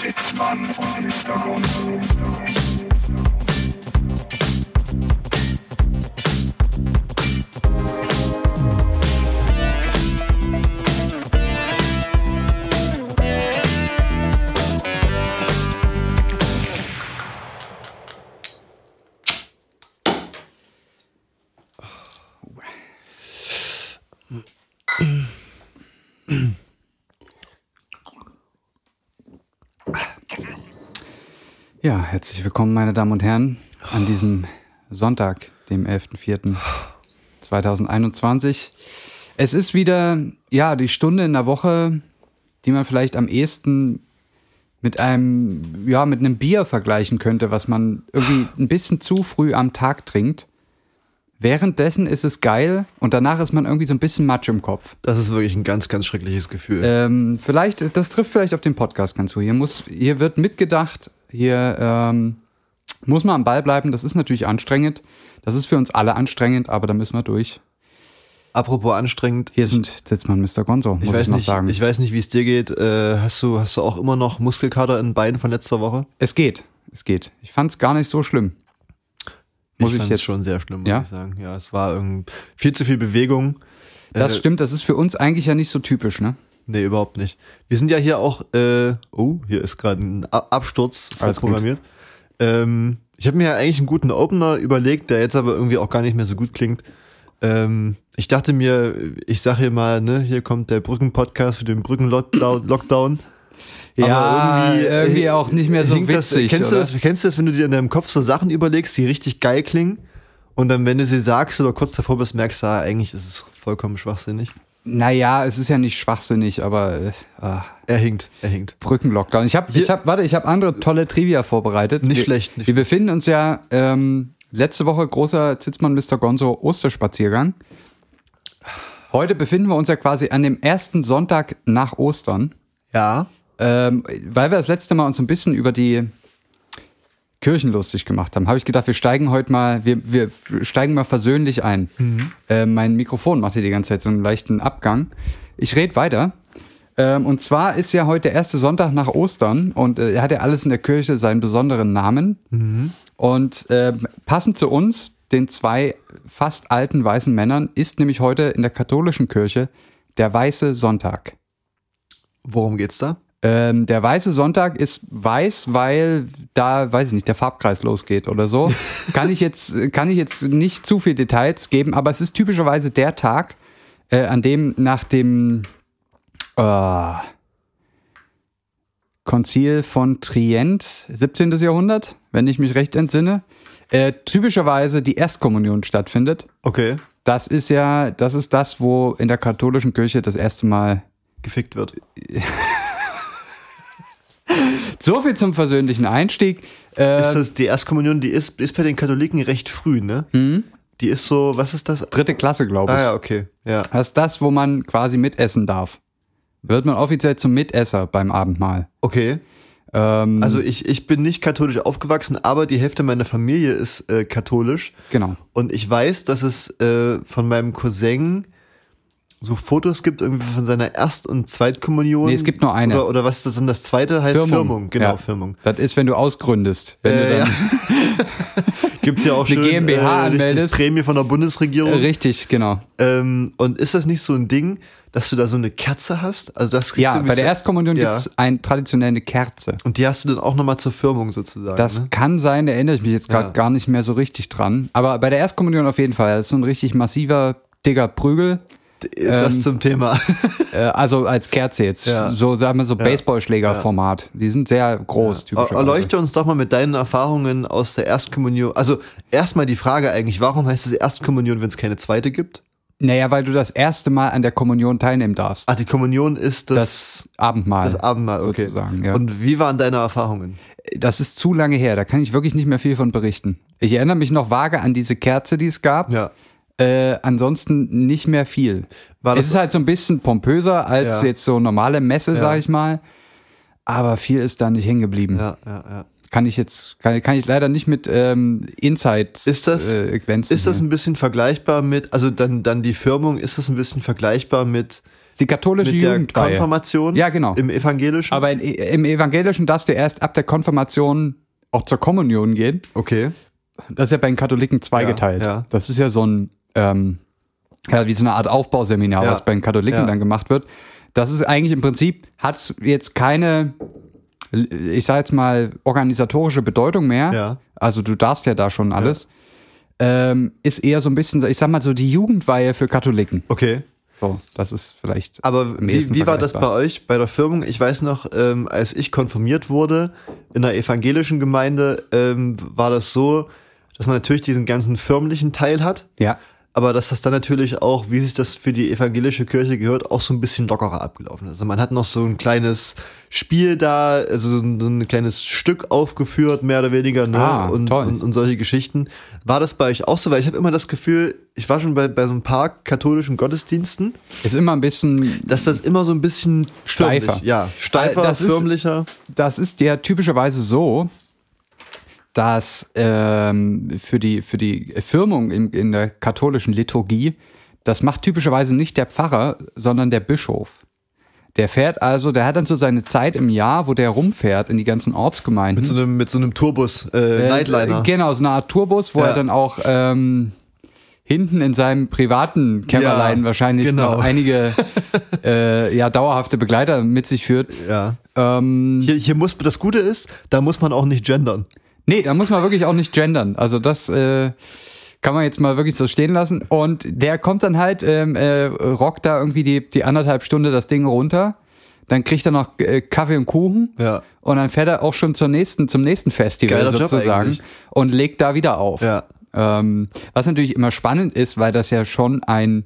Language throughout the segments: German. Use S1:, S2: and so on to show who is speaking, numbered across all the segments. S1: Sitzmann von Hintergrund.
S2: Ja, herzlich willkommen, meine Damen und Herren, an diesem Sonntag, dem 11.04.2021. Es ist wieder, ja, die Stunde in der Woche, die man vielleicht am ehesten mit einem, ja, mit einem Bier vergleichen könnte, was man irgendwie ein bisschen zu früh am Tag trinkt. Währenddessen ist es geil und danach ist man irgendwie so ein bisschen matsch im Kopf.
S3: Das ist wirklich ein ganz, ganz schreckliches Gefühl.
S2: Ähm, vielleicht, das trifft vielleicht auf den Podcast ganz zu. Hier muss, hier wird mitgedacht, hier ähm, muss man am Ball bleiben. Das ist natürlich anstrengend. Das ist für uns alle anstrengend, aber da müssen wir durch.
S3: Apropos anstrengend.
S2: Hier sind Sitzmann Mr. Gonzo, muss
S3: ich
S2: ich,
S3: weiß,
S2: noch
S3: nicht,
S2: sagen.
S3: ich weiß nicht, wie es dir geht. Äh, hast, du, hast du auch immer noch Muskelkater in den Beinen von letzter Woche?
S2: es geht, es geht. Ich fand es gar nicht so schlimm. Muss ich
S3: fand's
S2: jetzt-
S3: schon sehr schlimm, muss
S2: Ja?
S3: ich sagen. Ja, es war irgend viel zu viel Bewegung.
S2: Das
S3: Äh,
S2: stimmt, das ist für uns eigentlich ja nicht so typisch, ne?
S3: Nee, überhaupt nicht. Wir sind ja hier auch, äh, oh, hier ist gerade ein A- Absturz
S2: Alles gut.
S3: vorprogrammiert. Ähm, ich habe mir ja eigentlich einen guten Opener überlegt, der jetzt aber irgendwie auch gar nicht mehr so gut klingt. Ähm, ich dachte mir, ich sage hier mal, ne, hier kommt der Brücken-Podcast für den Brücken-Lockdown.
S2: Ja, irgendwie auch nicht mehr so
S3: hing
S2: witzig,
S3: äh, Das, kennst, du
S2: oder?
S3: das, kennst du das, wenn du dir in deinem Kopf so Sachen überlegst, die richtig geil klingen und dann, wenn du sie sagst oder kurz davor bist, merkst du, ah, eigentlich ist es vollkommen schwachsinnig.
S2: Naja, es ist ja nicht schwachsinnig, aber äh, ah,
S3: Er hinkt, er hinkt.
S2: Brückenlockdown. Ich habe,
S3: Wir-
S2: ich hab, warte, ich habe andere tolle Trivia vorbereitet.
S3: Nicht
S2: wir,
S3: schlecht, nicht
S2: wir befinden uns ja ähm, letzte Woche großer Zitzmann Mr. Gonzo Osterspaziergang. Heute befinden wir uns ja quasi an dem ersten Sonntag nach Ostern,
S3: Ja.
S2: ähm, weil wir das letzte Mal uns ein bisschen über die Kirchen lustig gemacht haben. Habe ich gedacht, wir steigen heute mal, wir, wir steigen mal versöhnlich ein. Äh, mein Mikrofon macht hier die ganze Zeit so einen leichten Abgang. Ich rede weiter. Ähm, und zwar ist ja heute der erste Sonntag nach Ostern und äh, er hat ja alles in der Kirche seinen besonderen Namen. Und ähm, passend zu uns, den zwei fast alten weißen Männern, ist nämlich heute in der katholischen Kirche der Weiße Sonntag.
S3: Worum geht's da?
S2: Ähm, der weiße Sonntag ist weiß, weil da, weiß ich nicht, der Farbkreis losgeht oder so. kann ich jetzt, kann ich jetzt nicht zu viel Details geben, aber es ist typischerweise der Tag, äh, an dem nach dem äh, Konzil von Trient, 17. Jahrhundert, wenn ich mich recht entsinne, äh, typischerweise die Erstkommunion stattfindet.
S3: Okay.
S2: Das ist ja, das ist das, wo in der katholischen Kirche das erste Mal
S3: Gefickt wird.
S2: So viel zum versöhnlichen Einstieg. Äh,
S3: Ist das die Erstkommunion, die ist, die ist bei den Katholiken recht früh, ne?
S2: Hm?
S3: Die ist so, was ist das?
S2: dritte Klasse, glaube ich.
S3: Ah ja, okay. Ja.
S2: Das ist das, wo man quasi mitessen darf. Wird man offiziell zum Mitesser beim Abendmahl.
S3: Okay.
S2: Ähm,
S3: Also ich, ich bin nicht katholisch aufgewachsen, aber die Hälfte meiner Familie ist äh, katholisch.
S2: genau.
S3: Und ich weiß, dass es äh, von meinem Cousin so Fotos gibt, irgendwie von seiner Erst- und Zweitkommunion.
S2: Nee, es gibt nur eine.
S3: Oder, oder was ist dann das zweite heißt? Firmung. Genau, Firmung.
S2: Das ist, wenn du ausgründest. Wenn du
S3: Äh,
S2: dann,
S3: Gibt's ja auch
S2: Eine
S3: schon
S2: GmbH anmeldest.
S3: Prämie von der Bundesregierung.
S2: Richtig, genau.
S3: Ähm, und ist das nicht so ein Ding, dass du da so eine Kerze hast? Also das kriegst
S2: Ja,
S3: du mit
S2: bei der
S3: so-
S2: Erstkommunion
S3: Ja.
S2: gibt's ein, traditionell eine Kerze.
S3: Und die hast du dann auch nochmal zur Firmung sozusagen.
S2: Das
S3: ne?
S2: kann sein, da erinnere ich mich jetzt gerade
S3: Ja.
S2: gar nicht mehr so richtig dran. Aber bei der Erstkommunion auf jeden Fall. Das ist so ein richtig massiver, dicker Prügel.
S3: D- das
S2: ähm,
S3: zum Thema.
S2: Äh, also als Kerze jetzt.
S3: Ja.
S2: So, sagen wir so, Baseballschlägerformat. Die sind sehr groß,
S3: Er-
S2: typischerweise.
S3: Erleuchte uns doch mal mit deinen Erfahrungen aus der Erstkommunion. Also erstmal die Frage eigentlich, warum heißt es Erstkommunion, wenn es keine zweite gibt?
S2: Naja, weil du das erste Mal an der Kommunion teilnehmen darfst.
S3: Ach, die Kommunion ist das,
S2: Das Abendmahl.
S3: das, Abendmahl, okay.
S2: sozusagen, ja.
S3: Und wie waren deine Erfahrungen?
S2: Das ist zu lange her, da kann ich wirklich nicht mehr viel von berichten. Ich erinnere mich noch vage an diese Kerze, die es gab.
S3: Ja.
S2: Äh, ansonsten nicht mehr viel.
S3: War
S2: es
S3: das-
S2: ist halt so ein bisschen pompöser als
S3: Ja.
S2: jetzt so normale Messe, sag ich mal. Aber viel ist da nicht hängen geblieben.
S3: Ja, ja, ja.
S2: Kann ich jetzt, kann, kann ich leider nicht mit ähm, Insights
S3: Ist das-
S2: äh, glänzen.
S3: Ist das
S2: hier.
S3: ein bisschen vergleichbar mit, also dann, dann die Firmung, ist das ein bisschen vergleichbar mit
S2: die katholische
S3: mit der
S2: Jugendweihe.
S3: Konfirmation
S2: Ja, genau.
S3: im evangelischen.
S2: Aber in, im Evangelischen darfst du erst ab der Konfirmation auch zur Kommunion gehen.
S3: okay.
S2: Das ist ja bei den Katholiken zweigeteilt.
S3: Ja, ja.
S2: Das ist ja so ein, ähm, ja, wie so eine Art Aufbauseminar,
S3: Ja.
S2: was bei den Katholiken
S3: Ja.
S2: dann gemacht wird. Das ist eigentlich im Prinzip, hat es jetzt keine, ich sag jetzt mal, organisatorische Bedeutung mehr.
S3: Ja.
S2: Also du darfst ja da schon alles. Ähm, ist eher so ein bisschen, so- ich sag mal so die Jugendweihe für Katholiken.
S3: Okay.
S2: So, das ist vielleicht.
S3: Aber
S2: am
S3: wie,
S2: ehesten
S3: wie war das bei
S2: vergleichbar.
S3: euch bei der Firmung? Ich weiß noch, ähm, als ich konfirmiert wurde in der evangelischen Gemeinde, ähm, war das so, dass man natürlich diesen ganzen förmlichen Teil hat,
S2: Ja.
S3: aber dass das dann natürlich auch, wie sich das für die evangelische Kirche gehört, auch so ein bisschen lockerer abgelaufen ist. Also man hat noch so ein kleines Spiel da, also so ein, so ein kleines Stück aufgeführt, mehr oder weniger, ne?
S2: Ah,
S3: und,
S2: toll.
S3: und, und solche Geschichten. War das bei euch auch so? Weil ich habe immer das Gefühl, ich war schon bei, bei so ein paar katholischen Gottesdiensten,
S2: Ist immer ein bisschen
S3: dass das immer so ein bisschen
S2: Steifer.
S3: förmlich- Ja, steifer,
S2: Weil das ist-
S3: förmlicher.
S2: das ist ja typischerweise so, dass ähm, für, die, für die Firmung in, in der katholischen Liturgie, das macht typischerweise nicht der Pfarrer, sondern der Bischof. Der fährt also, der hat dann so seine Zeit im Jahr, wo der rumfährt in die ganzen Ortsgemeinden.
S3: So einem, mit so einem Turbus, äh,
S2: Äh,
S3: Nightliner.
S2: Genau, so eine Art Tourbus, wo
S3: Ja.
S2: er dann auch ähm, hinten in seinem privaten Kämmerlein
S3: Ja,
S2: wahrscheinlich
S3: genau.
S2: noch einige äh, ja, dauerhafte Begleiter mit sich führt.
S3: Ja.
S2: Ähm,
S3: Hier, hier muss, das Gute ist, da muss man auch nicht gendern.
S2: Nee, da muss man wirklich auch nicht gendern. Also das äh, kann man jetzt mal wirklich so stehen lassen. Und der kommt dann halt, ähm, äh, rockt da irgendwie die, die anderthalb Stunde das Ding runter. Dann kriegt er noch äh, Kaffee und Kuchen.
S3: Ja.
S2: Und dann fährt er auch schon zur nächsten, zum nächsten Festival
S3: Geiler Job
S2: sozusagen
S3: eigentlich.
S2: und legt da wieder auf.
S3: Ja.
S2: Ähm, was natürlich immer spannend ist, weil das ja schon ein,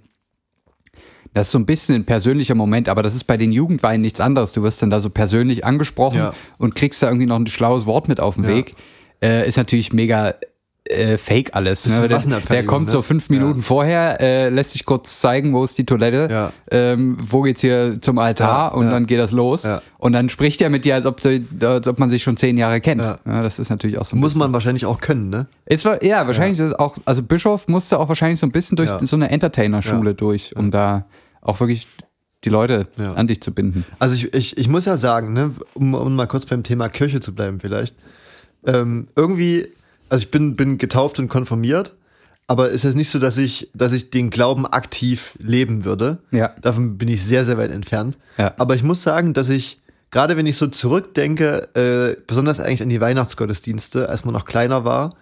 S2: das ist so ein bisschen ein persönlicher Moment, aber das ist bei den Jugendweinen nichts anderes. Du wirst dann da so persönlich angesprochen
S3: Ja.
S2: und kriegst da irgendwie noch ein schlaues Wort mit auf den
S3: Ja.
S2: Weg. Äh, ist natürlich mega äh, fake alles. Ne?
S3: Bisschen
S2: Weil Der, der
S3: Massenabfertigung,
S2: kommt
S3: ne?
S2: so fünf Minuten vorher, äh, lässt sich kurz zeigen, wo ist die Toilette,
S3: Ja.
S2: ähm, wo geht's hier zum Altar
S3: Ja,
S2: und
S3: ja.
S2: dann geht das los.
S3: Ja.
S2: Und dann spricht er mit dir, als ob, du, als ob man sich schon zehn Jahre kennt.
S3: Ja.
S2: Ja, das ist natürlich auch so ein
S3: Muss man wahrscheinlich auch können, ne?
S2: es war, ja, wahrscheinlich auch, also Bischof musste auch wahrscheinlich so ein bisschen durch
S3: Ja.
S2: so eine Entertainer-Schule durch, um da auch wirklich die Leute
S3: Ja.
S2: an dich zu binden.
S3: Also ich, ich, ich muss ja sagen, ne, um, um mal kurz beim Thema Kirche zu bleiben vielleicht, ähm, irgendwie, also ich bin, bin getauft und konfirmiert, aber es ist nicht so, dass ich, dass ich den Glauben aktiv leben würde.
S2: Ja.
S3: Davon bin ich sehr, sehr weit entfernt.
S2: Ja.
S3: Aber ich muss sagen, dass ich, gerade wenn ich so zurückdenke, äh, besonders eigentlich an die Weihnachtsgottesdienste, als man noch kleiner war,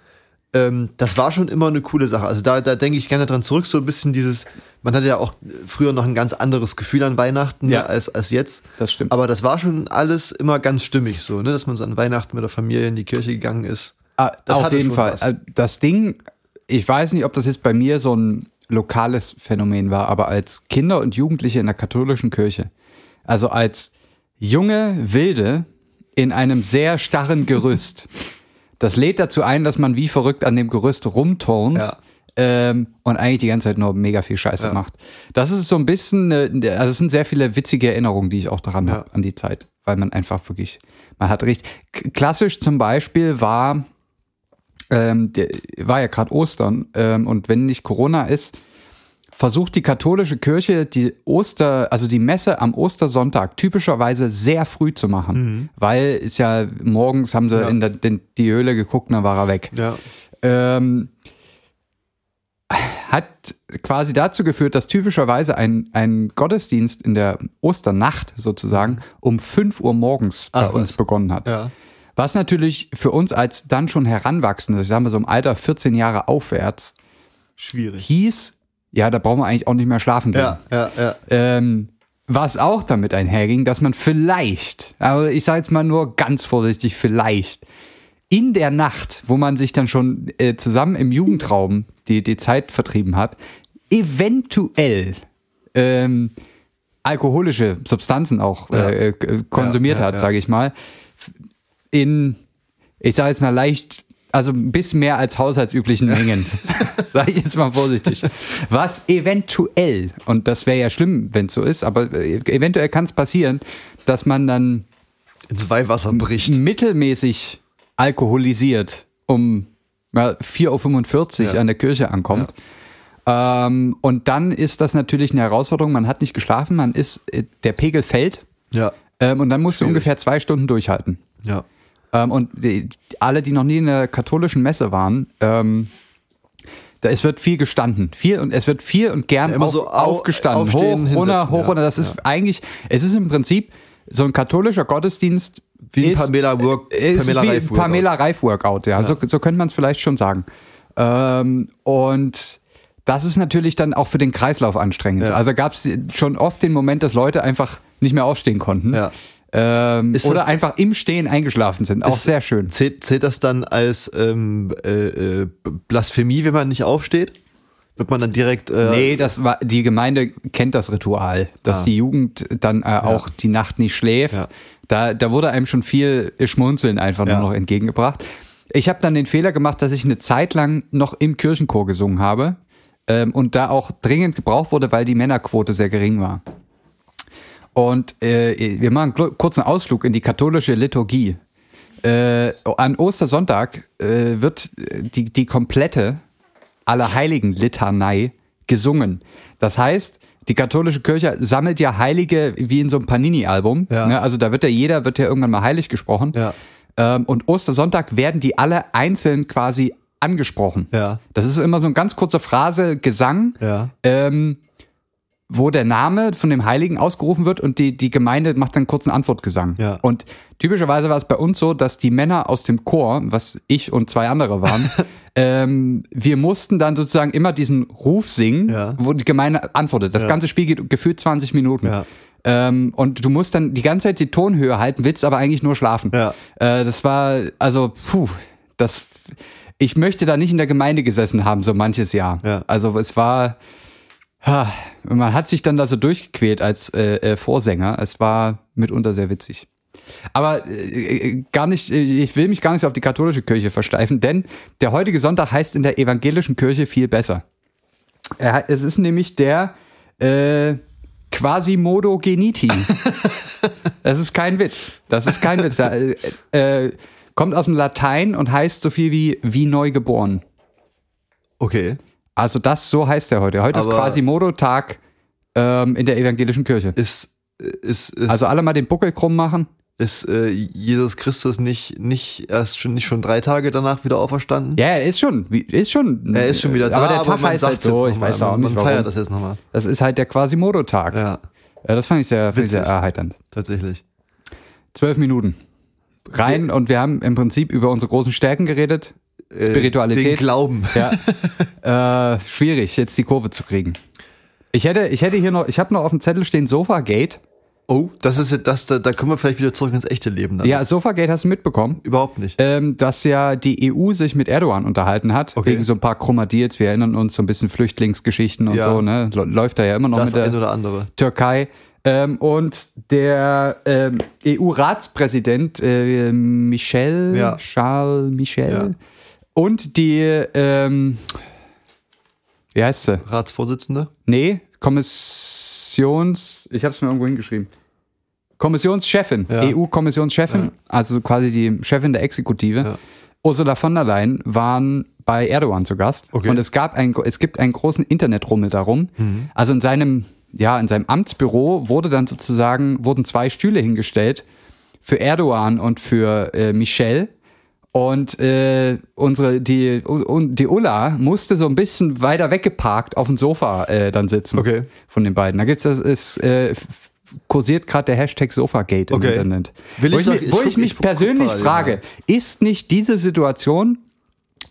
S3: ähm, das war schon immer eine coole Sache. Also da, da denke ich gerne dran zurück, so ein bisschen dieses, man hatte ja auch früher noch ein ganz anderes Gefühl an Weihnachten
S2: Ja.
S3: ne, als, als jetzt.
S2: Das stimmt.
S3: Aber das war schon alles immer ganz stimmig so, ne? dass man so an Weihnachten mit der Familie in die Kirche gegangen ist.
S2: Ah,
S3: Das
S2: auf
S3: hatte
S2: jeden
S3: schon
S2: Fall.
S3: was.
S2: Äh, Das Ding, ich weiß nicht, ob das jetzt bei mir so ein lokales Phänomen war, aber als Kinder und Jugendliche in der katholischen Kirche, also als junge Wilde in einem sehr starren Gerüst, das lädt dazu ein, dass man wie verrückt an dem Gerüst rumturnt.
S3: Ja.
S2: Ähm, und eigentlich die ganze Zeit nur mega viel Scheiße macht. Das ist so ein bisschen, äh, also es sind sehr viele witzige Erinnerungen, die ich auch daran habe, an die Zeit, weil man einfach wirklich, man hat richtig. K- Klassisch zum Beispiel war, ähm, der, war ja gerade Ostern ähm, und wenn nicht Corona ist, versucht die katholische Kirche die Oster, also die Messe am Ostersonntag typischerweise sehr früh zu machen, weil ist ja morgens haben sie
S3: Mhm. Ja.
S2: in der, den, die Höhle geguckt, und dann war er weg
S3: Ja.
S2: ähm, hat quasi dazu geführt, dass typischerweise ein, ein Gottesdienst in der Osternacht sozusagen um 5 Uhr morgens bei
S3: Mhm. Ach,
S2: uns
S3: was.
S2: begonnen hat.
S3: Ja.
S2: Was natürlich für uns als dann schon Heranwachsende, ich sage mal so im Alter 14 Jahre aufwärts,
S3: Schwierig.
S2: hieß, ja, da brauchen wir eigentlich auch nicht mehr schlafen gehen.
S3: Ja, ja, ja.
S2: Ähm, was auch damit einherging, dass man vielleicht, aber ich sage jetzt mal nur ganz vorsichtig, vielleicht in der Nacht, wo man sich dann schon äh, zusammen im Jugendraum die, die Zeit vertrieben hat, eventuell ähm, alkoholische Substanzen auch äh, äh, konsumiert
S3: Ja, ja,
S2: hat,
S3: ja.
S2: sage ich mal, in, ich sage jetzt mal leicht, also bis mehr als haushaltsüblichen Mengen, sage ich jetzt mal vorsichtig. Was eventuell, und das wäre ja schlimm, wenn es so ist, aber äh, eventuell kann es passieren, dass man dann
S3: Ins Weihwasser bricht.
S2: mittelmäßig alkoholisiert um ja, 4.45 Uhr
S3: Ja.
S2: an der Kirche ankommt Ähm, und dann ist das natürlich eine Herausforderung. Man hat nicht geschlafen, man ist, äh, der Pegel fällt
S3: Ja,
S2: ähm, und dann musst du
S3: Schwierig.
S2: ungefähr zwei Stunden durchhalten.
S3: ja.
S2: Ähm, und die, alle, die noch nie in der katholischen Messe waren, ähm, da, es wird viel gestanden. Viel und es wird viel und gern
S3: Ja, immer
S2: auf,
S3: so au-
S2: aufgestanden.
S3: aufstehen,
S2: Hoch, runter,
S3: hinsetzen,
S2: hoch,
S3: ja,
S2: runter. Das ist eigentlich, es ist im Prinzip so ein katholischer Gottesdienst.
S3: Wie ein
S2: ist,
S3: Pamela Work,
S2: ist
S3: Pamela
S2: wie
S3: Reif
S2: ein Pamela Reif Workout, ja. So, so könnte man es vielleicht schon sagen. Ähm, und das ist natürlich dann auch für den Kreislauf anstrengend.
S3: Ja.
S2: Also gab es schon oft den Moment, dass Leute einfach nicht mehr aufstehen konnten.
S3: Ja.
S2: Ähm,
S3: Ist
S2: oder
S3: das-
S2: einfach im Stehen eingeschlafen sind. Auch
S3: Ist-
S2: sehr schön.
S3: Zählt, zählt das dann als ähm, äh, äh, Blasphemie, wenn man nicht aufsteht? Wird man dann direkt. Äh,
S2: Nee, das war, die Gemeinde kennt das Ritual, dass
S3: Ah.
S2: die Jugend dann äh, auch die Nacht nicht schläft.
S3: Ja.
S2: Da, da wurde einem schon viel äh, Schmunzeln einfach
S3: Ja.
S2: nur noch entgegengebracht. Ich habe dann den Fehler gemacht, dass ich eine Zeit lang noch im Kirchenchor gesungen habe ähm, und da auch dringend gebraucht wurde, weil die Männerquote sehr gering war. Und äh, wir machen einen kurzen Ausflug in die katholische Liturgie. Äh, an Ostersonntag äh, wird äh, die, die komplette Allerheiligen Litanei gesungen. Das heißt, die katholische Kirche sammelt ja Heilige wie in so einem Panini-Album.
S3: Ja.
S2: Ne? Also da wird ja jeder, wird ja irgendwann mal heilig gesprochen.
S3: Ja.
S2: Ähm, und Ostersonntag werden die alle einzeln quasi angesprochen.
S3: Ja.
S2: Das ist immer so eine ganz kurze Phrase, Gesang
S3: Ja.
S2: ähm, wo der Name von dem Heiligen ausgerufen wird und die, die Gemeinde macht dann kurz einen Antwortgesang.
S3: Ja.
S2: Und typischerweise war es bei uns so, dass die Männer aus dem Chor, was ich und zwei andere waren, ähm, wir mussten dann sozusagen immer diesen Ruf singen,
S3: Ja.
S2: wo die Gemeinde antwortet. Das ganze Spiel geht gefühlt 20 Minuten.
S3: Ja.
S2: Ähm, und du musst dann die ganze Zeit die Tonhöhe halten, willst aber eigentlich nur schlafen.
S3: Ja.
S2: Äh, das war, also, puh, das, ich möchte da nicht in der Gemeinde gesessen haben, so manches Jahr.
S3: Ja.
S2: Also es war, ha, man hat sich dann da so durchgequält als äh, äh, Vorsänger. Es war mitunter sehr witzig. Aber äh, äh, gar nicht, äh, ich will mich gar nicht auf die katholische Kirche versteifen, denn der heutige Sonntag heißt in der evangelischen Kirche viel besser. Er, hat- es ist nämlich der äh, Quasimodo Geniti. das ist kein Witz. Das ist kein Witz. Äh, äh, kommt aus dem Latein und heißt so viel wie wie neu geboren.
S3: Okay.
S2: Also das, so heißt er heute. Heute ist
S3: Aber-
S2: Quasimodo-Tag ähm, in der evangelischen Kirche.
S3: Ist, ist, ist,
S2: Also alle mal den Buckel krumm machen.
S3: ist äh, Jesus Christus nicht, nicht erst schon, nicht schon drei Tage danach wieder auferstanden?
S2: Ja, er ist schon, wie- ist schon.
S3: Er ist schon wieder da,
S2: aber der Tag heißt halt
S3: jetzt
S2: so. Ich
S3: nochmal.
S2: weiß auch
S3: man,
S2: nicht,
S3: Man
S2: warum.
S3: feiert
S2: Das.
S3: das jetzt nochmal.
S2: ist halt der Quasimodo-Tag. Ja.
S3: Ja,
S2: Das fand ich sehr, fand ich sehr
S3: Witzig.
S2: erheiternd.
S3: tatsächlich.
S2: Zwölf Minuten rein und wir haben im Prinzip über unsere großen Stärken geredet.
S3: Äh, Den
S2: Spiritualität.
S3: Glauben.
S2: ja. äh, schwierig, jetzt die Kurve zu kriegen. Ich hätte, ich hätte hier noch, ich habe noch auf dem Zettel stehen Sofagate.
S3: Oh, das ist ja- das, da, da kommen wir vielleicht wieder zurück ins echte Leben. Dann.
S2: Ja, Sofagate hast du mitbekommen.
S3: Überhaupt nicht.
S2: ähm, dass ja die EU sich mit Erdogan unterhalten hat,
S3: Okay.
S2: wegen so ein paar Chromadiels. Wir erinnern uns so ein bisschen Flüchtlingsgeschichten und
S3: Ja.
S2: so, ne? L- Läuft da ja immer noch
S3: das
S2: mit der
S3: ein oder andere.
S2: Türkei. Ähm, und der ähm, EU-Ratspräsident äh, Michel,
S3: Ja.
S2: Charles Michel
S3: Ja.
S2: und die, ähm, wie heißt sie?
S3: Ratsvorsitzende?
S2: Nee, Kommissions, ich habe es mir irgendwo hingeschrieben. Kommissionschefin,
S3: Ja.
S2: EU-Kommissionschefin, also quasi die Chefin der Exekutive,
S3: Ja.
S2: Ursula von der Leyen waren bei Erdogan zu Gast
S3: Okay. Mhm.
S2: und es gab ein, es gibt einen großen Internetrummel darum. Also in seinem ja in seinem Amtsbüro wurde dann sozusagen wurden zwei Stühle hingestellt für Erdogan und für äh, Michel. Und äh, unsere die und die Ulla musste so ein bisschen weiter weggeparkt auf dem Sofa äh, dann sitzen
S3: Okay.
S2: von den beiden. Da gibt's das ist äh, f- kursiert gerade der Hashtag Sofagate
S3: Okay.
S2: im Internet.
S3: Will
S2: wo ich,
S3: ich doch-
S2: mich-
S3: ich
S2: wo
S3: guck-
S2: ich mich
S3: ich guck
S2: persönlich
S3: parallel
S2: frage, ist nicht diese Situation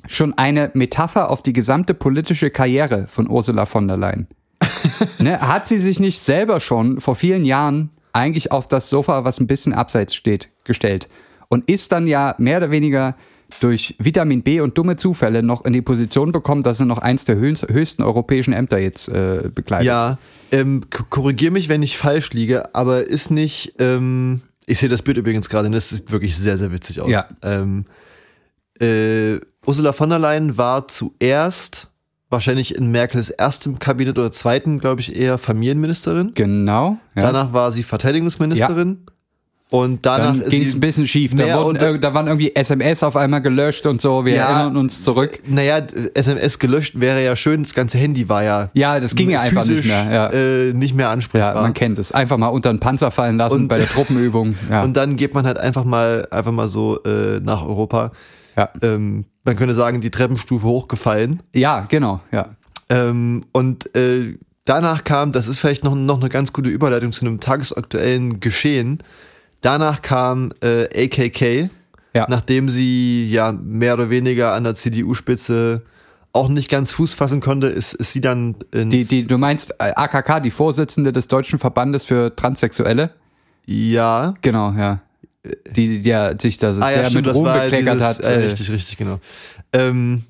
S2: schon eine Metapher auf die gesamte politische Karriere von Ursula von der Leyen? ne, hat sie sich nicht selber schon vor vielen Jahren eigentlich auf das Sofa, was ein bisschen abseits steht, gestellt und ist dann ja mehr oder weniger durch Vitamin B und dumme Zufälle noch in die Position bekommen, dass sie noch eins der höchst- höchsten europäischen Ämter jetzt äh, begleitet.
S3: Ja, ähm, k- korrigier mich, wenn ich falsch liege, aber ist nicht, ähm, ich sehe das Bild übrigens gerade und das sieht wirklich sehr, sehr witzig aus.
S2: Ja.
S3: Ähm, äh, Ursula von der Leyen war zuerst, wahrscheinlich in Merkels erstem Kabinett oder zweiten, glaube ich, eher Familienministerin.
S2: Genau. Ja.
S3: Danach war sie Verteidigungsministerin. Und danach
S2: Dann ging es
S3: sie-
S2: ein bisschen schief. Da,
S3: Naja,
S2: wurden,
S3: und-
S2: ir- da waren irgendwie SMS auf einmal gelöscht und so. Wir
S3: Ja.
S2: erinnern uns zurück.
S3: Naja, d- SMS gelöscht wäre ja schön, das ganze Handy war ja.
S2: Ja, das ging ja einfach nicht mehr. Ja.
S3: Äh, nicht mehr
S2: Ja,
S3: ansprechbar.
S2: man kennt es. Einfach mal unter den Panzer fallen lassen
S3: Und-
S2: bei der Truppenübung. Ja.
S3: Und dann geht man halt einfach mal, einfach mal so äh, nach Europa.
S2: ja.
S3: Ähm, man könnte sagen, die Treppenstufe hochgefallen.
S2: ja, genau. Ja.
S3: Ähm, und äh, danach kam, das ist vielleicht noch, noch eine ganz gute Überleitung zu einem tagesaktuellen Geschehen. Danach kam äh, AKK,
S2: Ja.
S3: nachdem sie ja mehr oder weniger an der CDU-Spitze auch nicht ganz Fuß fassen konnte, ist, ist sie dann ins,
S2: Die, die, du meinst äh, AKK, die Vorsitzende des Deutschen Verbandes für Transsexuelle?
S3: ja
S2: Genau, ja. Die, die, die sich da sehr
S3: stimmt,
S2: mit
S3: das
S2: Ruhm
S3: war Ah ja
S2: bekleckert
S3: dieses-
S2: hat.
S3: Äh,
S2: äh,
S3: richtig, richtig, genau. Ähm,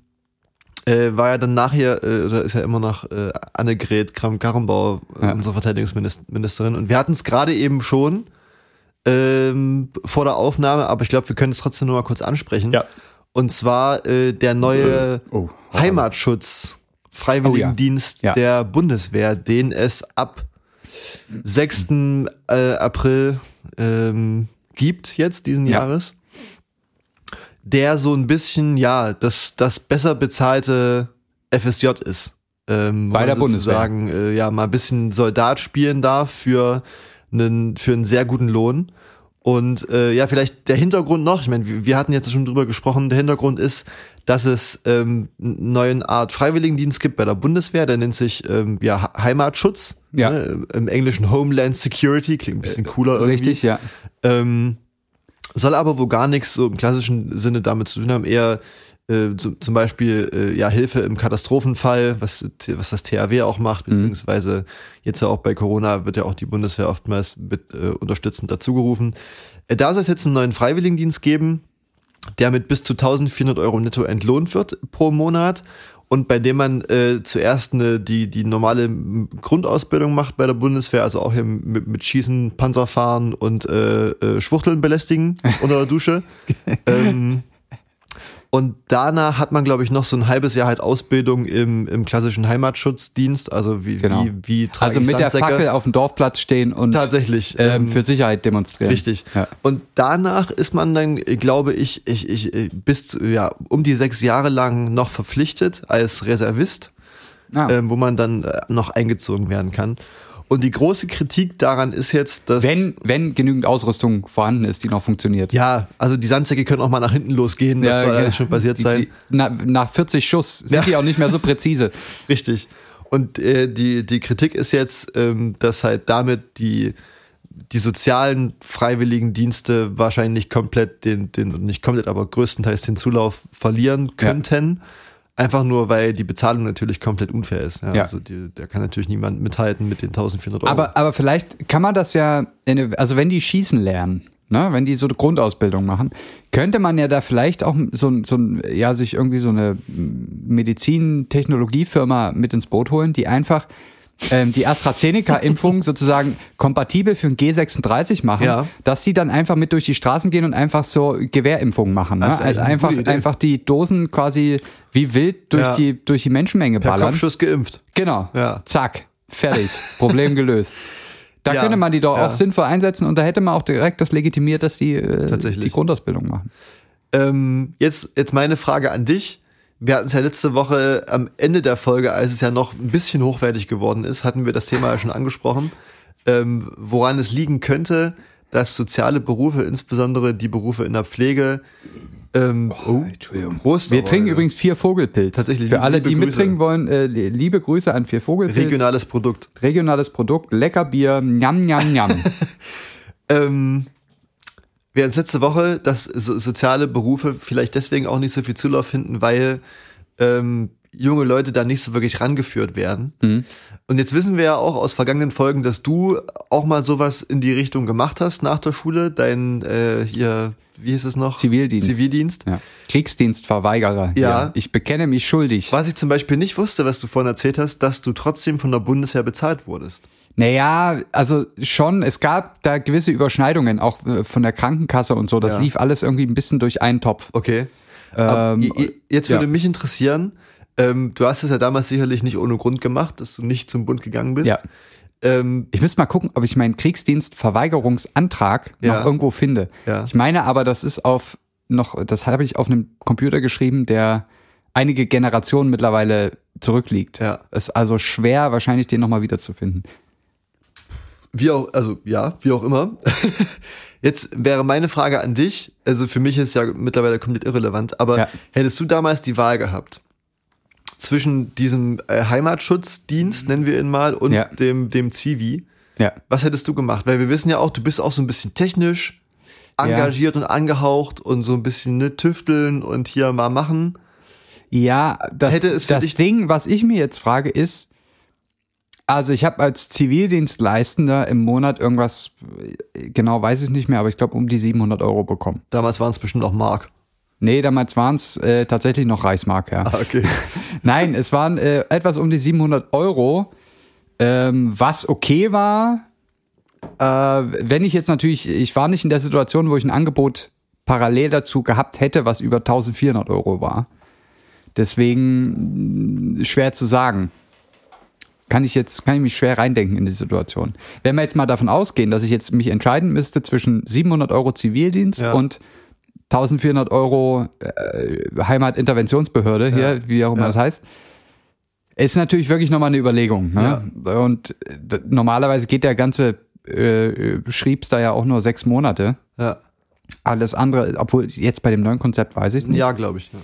S3: äh, war ja dann nachher, äh, oder ist ja immer noch äh, Annegret Kramp-Karrenbauer, äh,
S2: Ja.
S3: unsere Verteidigungsministerin. Und wir hatten es gerade eben schon ähm, vor der Aufnahme, aber ich glaube, wir können es trotzdem nur mal kurz ansprechen.
S2: Ja.
S3: Und zwar äh, der neue
S2: oh.
S3: Heimatschutz Freiwilligendienst
S2: Oh ja. Ja.
S3: der Bundeswehr, den es ab 6. Äh, April ähm, gibt jetzt diesen
S2: Ja.
S3: Jahres, der so ein bisschen, ja, das, das besser bezahlte FSJ ist. Ähm,
S2: Bei
S3: wo
S2: der
S3: man sozusagen, Äh, ja, mal ein bisschen Soldat spielen darf für einen, für einen sehr guten Lohn. Und äh, ja, vielleicht der Hintergrund noch, ich meine, wir wir hatten jetzt schon drüber gesprochen, der Hintergrund ist, dass es ähm, einen neuen Art Freiwilligendienst gibt bei der Bundeswehr, der nennt sich ähm, ja, Ha- Heimatschutz,
S2: Ja.
S3: ne? im Englischen Homeland Security, klingt ein bisschen cooler irgendwie.
S2: Richtig, ja. Also
S3: Ähm, soll aber wo gar nichts so im klassischen Sinne damit zu tun haben, eher äh, zu, zum Beispiel äh, ja Hilfe im Katastrophenfall, was, was das THW auch macht, beziehungsweise jetzt ja auch bei Corona wird ja auch die Bundeswehr oftmals mit äh, unterstützend dazugerufen. Äh, da soll es jetzt einen neuen Freiwilligendienst geben, der mit bis zu 1400 Euro netto entlohnt wird pro Monat und bei dem man äh, zuerst eine, die, die normale m, Grundausbildung macht bei der Bundeswehr, also auch hier mit, mit Schießen, Panzerfahren und äh, äh, Schwuchteln belästigen unter der Dusche. ähm, und danach hat man, glaube ich, noch so ein halbes Jahr halt Ausbildung im, im klassischen Heimatschutzdienst, also wie,
S2: Genau.
S3: wie, wie trage
S2: Also
S3: ich
S2: mit der
S3: Sandsäcke?
S2: Fackel auf dem Dorfplatz stehen und
S3: Tatsächlich.
S2: ähm, für Sicherheit demonstrieren.
S3: Richtig.
S2: Ja.
S3: Und danach ist man dann, äh, glaube ich, ich, ich äh, bis zu, ja, um die sechs Jahre lang noch verpflichtet als Reservist,
S2: Ah.
S3: ähm, wo man dann äh, noch eingezogen werden kann. Und die große Kritik daran ist jetzt, dass.
S2: wenn, wenn genügend Ausrüstung vorhanden ist, die noch funktioniert.
S3: Ja, also die Sandsäcke können auch mal nach hinten losgehen, das soll alles schon passiert
S2: die,
S3: sein.
S2: Die, na, nach 40 Schuss sind
S3: Ja.
S2: die auch nicht mehr so präzise.
S3: Richtig. Und äh, die, die Kritik ist jetzt, ähm, dass halt damit die, die sozialen Freiwilligendienste wahrscheinlich komplett den, den, nicht komplett, aber größtenteils den Zulauf verlieren könnten. Einfach nur, weil die Bezahlung natürlich komplett unfair ist. Ja,
S2: Ja.
S3: Also die, da kann natürlich niemand mithalten mit den 1400 Euro.
S2: Aber, aber vielleicht kann man das ja, in, also wenn die schießen lernen, ne, wenn die so eine Grundausbildung machen, könnte man ja da vielleicht auch so, ein- so ein, ja, sich irgendwie so eine Medizintechnologiefirma mit ins Boot holen, die einfach ähm, die AstraZeneca-Impfung sozusagen kompatibel für ein G36 machen,
S3: Ja.
S2: dass sie dann einfach mit durch die Straßen gehen und einfach so Gewehrimpfungen machen. Ne?
S3: Das ist echt
S2: Also
S3: eine
S2: einfach,
S3: gute Idee.
S2: einfach die Dosen quasi wie wild durch,
S3: Ja.
S2: die, durch die Menschenmenge
S3: per
S2: ballern.
S3: Kopfschuss geimpft.
S2: Genau.
S3: Ja.
S2: Zack. Fertig. Problem gelöst. Da
S3: Ja.
S2: könnte man die doch
S3: Ja.
S2: auch sinnvoll einsetzen und da hätte man auch direkt das legitimiert, dass die äh,
S3: Tatsächlich.
S2: die Grundausbildung machen.
S3: Ähm, jetzt, jetzt meine Frage an dich. Wir hatten es ja letzte Woche am Ende der Folge, als es ja noch ein bisschen hochwertig geworden ist, hatten wir das Thema ja schon angesprochen, ähm, woran es liegen könnte, dass soziale Berufe, insbesondere die Berufe in der Pflege, ähm, oh,
S2: Entschuldigung.
S3: Prost,
S2: Wir
S3: aber,
S2: trinken
S3: ja.
S2: übrigens vier Vogelpilz.
S3: äh, Tatsächlich,
S2: Für
S3: liebe
S2: alle, die
S3: Grüße.
S2: mittrinken wollen, äh, liebe Grüße an vier Vogelpilz.
S3: regionales Produkt.
S2: Regionales Produkt, lecker Bier, njam, njam, njam.
S3: Ähm, wir hatten es letzte Woche, dass so soziale Berufe vielleicht deswegen auch nicht so viel Zulauf finden, weil ähm, junge Leute da nicht so wirklich rangeführt werden.
S2: Mhm.
S3: Und jetzt wissen wir ja auch aus vergangenen Folgen, dass du auch mal sowas in die Richtung gemacht hast nach der Schule, dein äh, hier, wie hieß es noch?
S2: Zivildienst.
S3: Zivildienst.
S2: ja. Kriegsdienstverweigerer. hier.
S3: Ja.
S2: Ich bekenne mich schuldig.
S3: Was ich zum Beispiel nicht wusste, was du vorhin erzählt hast, dass du trotzdem von der Bundeswehr bezahlt wurdest.
S2: Naja, also schon, es gab da gewisse Überschneidungen, auch äh, von der Krankenkasse und so. Das
S3: Ja.
S2: lief alles irgendwie ein bisschen durch einen Topf.
S3: Okay. Aber i- i- jetzt würde
S2: Ähm, ja.
S3: mich interessieren, ähm, du hast es ja damals sicherlich nicht ohne Grund gemacht, dass du nicht zum Bund gegangen bist.
S2: Ja.
S3: Ähm,
S2: Ich müsste mal gucken, ob ich meinen Kriegsdienstverweigerungsantrag
S3: Ja.
S2: noch irgendwo finde.
S3: Ja.
S2: Ich meine aber, das ist auf noch, das habe ich auf einem Computer geschrieben, der einige Generationen mittlerweile zurückliegt.
S3: Ja.
S2: Ist also schwer, wahrscheinlich den nochmal wiederzufinden.
S3: wie auch, also ja, wie auch immer. Jetzt wäre meine Frage an dich, also für mich ist ja mittlerweile komplett irrelevant, aber
S2: Ja.
S3: hättest du damals die Wahl gehabt zwischen diesem äh, Heimatschutzdienst, nennen wir ihn mal, und
S2: Mhm. Ja.
S3: dem, dem Zivi,
S2: Ja.
S3: was hättest du gemacht? Weil wir wissen ja auch, du bist auch so ein bisschen technisch engagiert und angehaucht und so ein bisschen ne, tüfteln und hier mal machen.
S2: Ja, das,
S3: Hätte es für
S2: das
S3: dich-
S2: Ding, was ich mir jetzt frage, ist, also ich habe als Zivildienstleistender im Monat irgendwas, äh, genau weiß ich nicht mehr, aber ich glaube um die 700 Euro bekommen.
S3: Damals waren es bestimmt auch Mark.
S2: Nee, damals waren es äh, tatsächlich noch Reichsmark, ja.
S3: Ah, okay.
S2: Nein, es waren äh, etwas um die 700 Euro, ähm, was okay war. Äh, wenn ich jetzt natürlich, ich war nicht in der Situation, wo ich ein Angebot parallel dazu gehabt hätte, was über 1400 Euro war. Deswegen mh, schwer zu sagen. Kann ich jetzt, kann ich mich schwer reindenken in die Situation. Wenn wir jetzt mal davon ausgehen, dass ich jetzt mich entscheiden müsste zwischen 700 Euro Zivildienst
S3: Ja.
S2: und 1400 Euro Heimatinterventionsbehörde hier, wie auch immer
S3: Ja.
S2: das heißt, ist natürlich wirklich nochmal eine Überlegung. Ne? Und d- normalerweise geht der ganze äh, Schriebs da ja auch nur sechs Monate.
S3: Ja,
S2: Alles andere, obwohl jetzt bei dem neuen Konzept weiß ich nicht.
S3: ja glaube ich. Ja.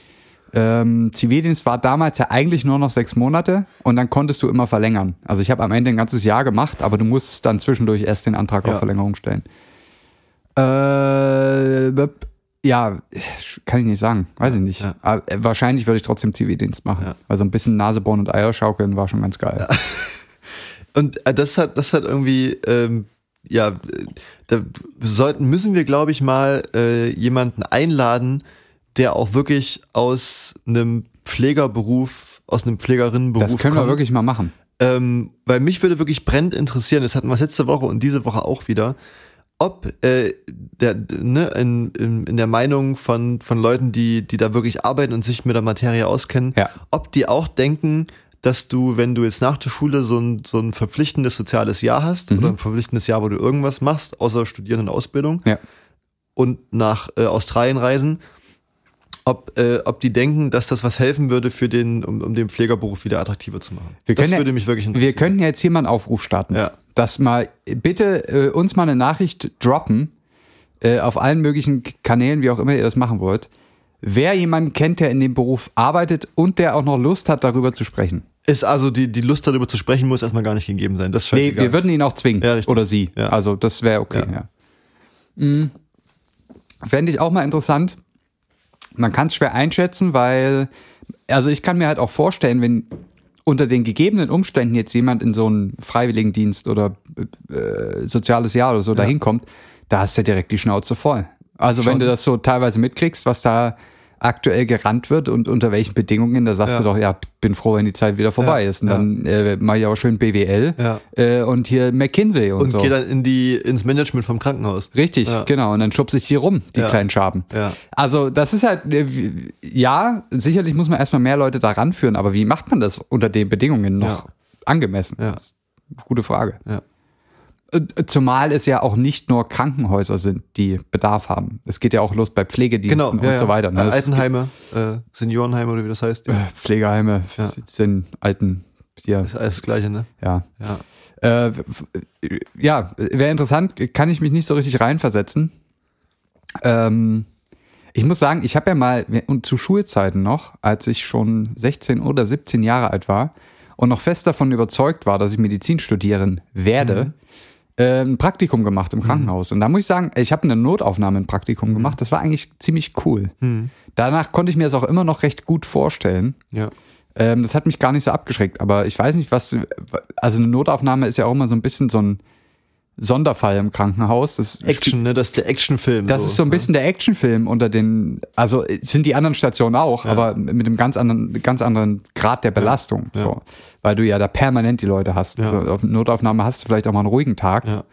S2: Ähm, Zivildienst war damals ja eigentlich nur noch sechs Monate und dann konntest du immer verlängern. Also ich habe am Ende ein ganzes Jahr gemacht, aber du musst dann zwischendurch erst den Antrag auf
S3: Ja.
S2: Verlängerung stellen. Äh, bep- ja, kann ich nicht sagen, weiß ich nicht.
S3: ja.
S2: Aber äh, wahrscheinlich würde ich trotzdem Zivildienst machen.
S3: Ja.
S2: Also ein bisschen Nase bohren und Eier schaukeln war schon ganz geil.
S3: Und äh, das hat, das hat irgendwie, ähm, ja, äh, da sollten, müssen wir, glaube ich, mal äh, jemanden einladen, der auch wirklich aus einem Pflegerberuf, aus einem Pflegerinnenberuf
S2: Das können wir
S3: kommt.
S2: wirklich mal machen.
S3: Ähm, weil mich würde wirklich brennend interessieren, das hatten wir letzte Woche und diese Woche auch wieder, ob äh, der, ne, in, in, in der Meinung von, von Leuten, die, die da wirklich arbeiten und sich mit der Materie auskennen,
S2: Ja.
S3: ob die auch denken, dass du, wenn du jetzt nach der Schule so ein, so ein verpflichtendes soziales Jahr hast
S2: Mhm.
S3: oder ein verpflichtendes Jahr, wo du irgendwas machst, außer Studieren und Ausbildung
S2: Ja.
S3: und nach äh, Australien reisen, ob, äh, ob die denken, dass das was helfen würde für den, um, um den Pflegerberuf wieder attraktiver zu machen.
S2: Wir
S3: das
S2: können ja-
S3: würde mich wirklich interessieren.
S2: Wir könnten jetzt hier mal einen Aufruf starten.
S3: Ja.
S2: Dass mal bitte äh, uns mal eine Nachricht droppen äh, auf allen möglichen K- Kanälen, wie auch immer ihr das machen wollt. Wer jemanden kennt, der in dem Beruf arbeitet und der auch noch Lust hat, darüber zu sprechen.
S3: Ist also die, die Lust darüber zu sprechen, muss erstmal gar nicht gegeben sein. Das ist
S2: Nee,
S3: scheißegal.
S2: wir würden ihn auch zwingen.
S3: Ja, richtig.
S2: oder sie.
S3: Ja.
S2: Also das wäre okay. Ja.
S3: Ja.
S2: Mhm. Fände ich auch mal interessant. Man kann es schwer einschätzen, weil, also ich kann mir halt auch vorstellen, wenn unter den gegebenen Umständen jetzt jemand in so einen Freiwilligendienst oder äh, soziales Jahr oder so dahin kommt, da hast du direkt die Schnauze voll. Also wenn
S3: Schon.
S2: du das so teilweise mitkriegst, was da aktuell gerannt wird und unter welchen Bedingungen, da sagst
S3: Ja.
S2: du doch, ja, bin froh, wenn die Zeit wieder vorbei
S3: Ja,
S2: ist. Und
S3: ja.
S2: dann äh, mache ich aber schön BWL
S3: Ja.
S2: äh, und hier McKinsey und,
S3: und
S2: so.
S3: geh dann in die, ins Management vom Krankenhaus.
S2: Richtig,
S3: Ja.
S2: genau. Und dann schubse ich die rum, die
S3: Ja.
S2: kleinen Schaben.
S3: Ja.
S2: Also das ist halt, äh, wie- ja, sicherlich muss man erstmal mehr Leute da ranführen, aber wie macht man das unter den Bedingungen noch
S3: Ja.
S2: angemessen?
S3: Ja.
S2: Gute Frage.
S3: Ja.
S2: Und, äh, Zumal es ja auch nicht nur Krankenhäuser sind, die Bedarf haben. Es geht ja auch los bei Pflegediensten
S3: Genau.
S2: und
S3: ja, ja.
S2: so weiter. Ne?
S3: Äh,
S2: Es
S3: Altenheime, äh, Seniorenheime oder wie das heißt.
S2: gibt, äh, Pflegeheime,
S3: Ja.
S2: sind alten, ja,
S3: Ist alles das Gleiche, ne?
S2: ja.
S3: Ja.
S2: Äh, f- äh, ja, wäre interessant, kann ich mich nicht so richtig reinversetzen. Ähm, ich muss sagen, ich habe ja mal, und zu Schulzeiten noch, als ich schon 16 oder 17 Jahre alt war und noch fest davon überzeugt war, dass ich Medizin studieren werde, äh, ein Praktikum gemacht im Krankenhaus. Und da muss ich sagen, ich habe eine Notaufnahme ein Praktikum gemacht. Das war eigentlich ziemlich cool. Danach konnte ich mir das auch immer noch recht gut vorstellen.
S3: Ja.
S2: Ähm, das hat mich gar nicht so abgeschreckt, aber ich weiß nicht, was. Also eine Notaufnahme ist ja auch immer so ein bisschen so ein Sonderfall im Krankenhaus. Das
S3: Action, ne? Das ist der Actionfilm.
S2: Das ist so ein bisschen der Actionfilm unter den. Also es sind die anderen Stationen auch, aber mit einem ganz anderen, ganz anderen Grad der Belastung.
S3: ja.
S2: So. Weil du ja da permanent die Leute hast.
S3: Ja.
S2: So, Auf Notaufnahme hast du vielleicht auch mal einen ruhigen Tag.
S3: Ja.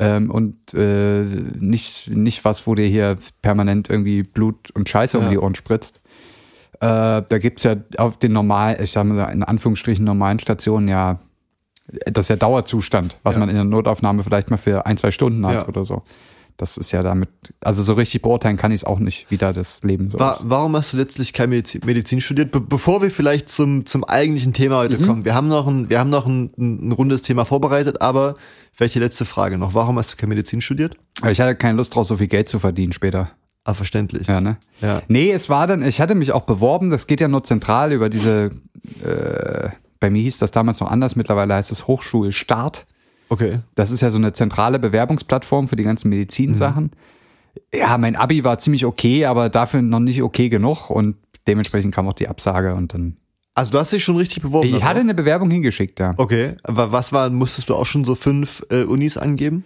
S2: Ähm, und äh, nicht, nicht was, wo dir hier permanent irgendwie Blut und Scheiße um
S3: Ja.
S2: die Ohren spritzt. Äh, da gibt's ja auf den normalen, ich sag mal in Anführungsstrichen normalen Stationen ja das ist ja Dauerzustand, was
S3: Ja.
S2: man in der Notaufnahme vielleicht mal für ein, zwei Stunden hat
S3: Ja.
S2: oder so. Das ist ja damit, also so richtig beurteilen kann ich es auch nicht, wie da das Leben so
S3: Wa
S2: ist.
S3: warum hast du letztlich kein Medizin, Medizin studiert? Be bevor wir vielleicht zum, zum eigentlichen Thema heute
S2: Mhm.
S3: kommen, wir haben noch, ein, wir haben noch ein, ein ein rundes Thema vorbereitet, aber welche letzte Frage noch? Warum hast du kein Medizin studiert?
S2: Aber ich hatte keine Lust drauf, so viel Geld zu verdienen später.
S3: Ah, verständlich.
S2: Ja, ne?
S3: Ja.
S2: Nee, es war dann, ich hatte mich auch beworben, das geht ja nur zentral über diese, äh, bei mir hieß das damals noch anders, mittlerweile heißt es Hochschulstart.
S3: Okay.
S2: Das ist ja so eine zentrale Bewerbungsplattform für die ganzen Medizinsachen. Ja, mein Abi war ziemlich okay, aber dafür noch nicht okay genug und dementsprechend kam auch die Absage und dann.
S3: Also du hast dich schon richtig beworben.
S2: Ich
S3: darauf?
S2: hatte eine Bewerbung hingeschickt, ja.
S3: Okay, aber was war, musstest du auch schon so fünf äh, Unis angeben?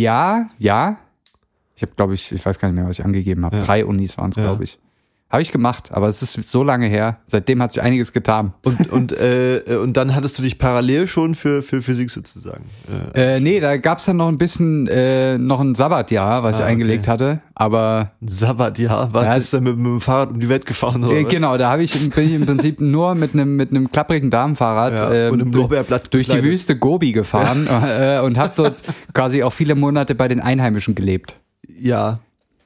S2: Ja, ja. Ich habe, glaube ich, ich weiß gar nicht mehr, was ich angegeben habe. Drei Unis waren es, glaube ich. Habe ich gemacht, aber es ist so lange her. Seitdem hat sich einiges getan.
S3: Und, und, äh, äh, und dann hattest du dich parallel schon für, für Physik sozusagen. Äh,
S2: Äh, nee, da gab's dann noch ein bisschen, äh, noch ein Sabbatjahr, was ich eingelegt hatte. Aber
S3: Sabbat, ja, war
S2: Ja,
S3: bist du dann mit, mit dem Fahrrad um die Welt gefahren oder
S2: äh,
S3: was?
S2: genau, da habe ich, im- bin ich im Prinzip nur mit einem mit einem klapprigen Damenfahrrad
S3: Ja, und einem
S2: durch-
S3: Lorbeerblatt
S2: durch die
S3: bekleidet.
S2: Wüste Gobi gefahren äh, und habe dort quasi auch viele Monate bei den Einheimischen gelebt.
S3: Ja.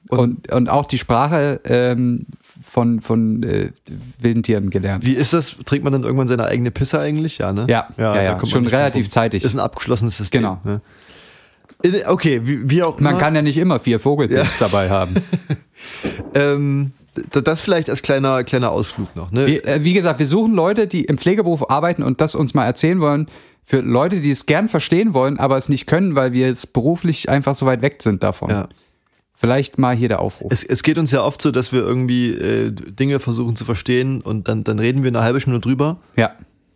S3: Und-
S2: Und, und auch die Sprache ähm, von, von äh, wilden Tieren gelernt.
S3: Wie ist das? Trinkt man dann irgendwann seine eigene Pisse eigentlich? Ja, ne?
S2: Ja, ja,
S3: da
S2: ja.
S3: kommt man
S2: Schon
S3: nicht drum
S2: relativ
S3: rum.
S2: zeitig.
S3: Ist ein abgeschlossenes System.
S2: Genau.
S3: Ne? In- Okay, wie, wie auch
S2: Man
S3: immer.
S2: kann ja nicht immer vier Vogelpilz dabei haben.
S3: ähm, d- das vielleicht als kleiner, kleiner Ausflug noch. Ne?
S2: Wie, äh, wie gesagt, wir suchen Leute, die im Pflegeberuf arbeiten und das uns mal erzählen wollen. Für Leute, die es gern verstehen wollen, aber es nicht können, weil wir jetzt beruflich einfach so weit weg sind davon.
S3: Ja.
S2: Vielleicht mal hier der Aufruf.
S3: Es, es geht uns ja oft so, dass wir irgendwie äh, Dinge versuchen zu verstehen und dann, dann reden wir eine halbe Stunde drüber,
S2: ja.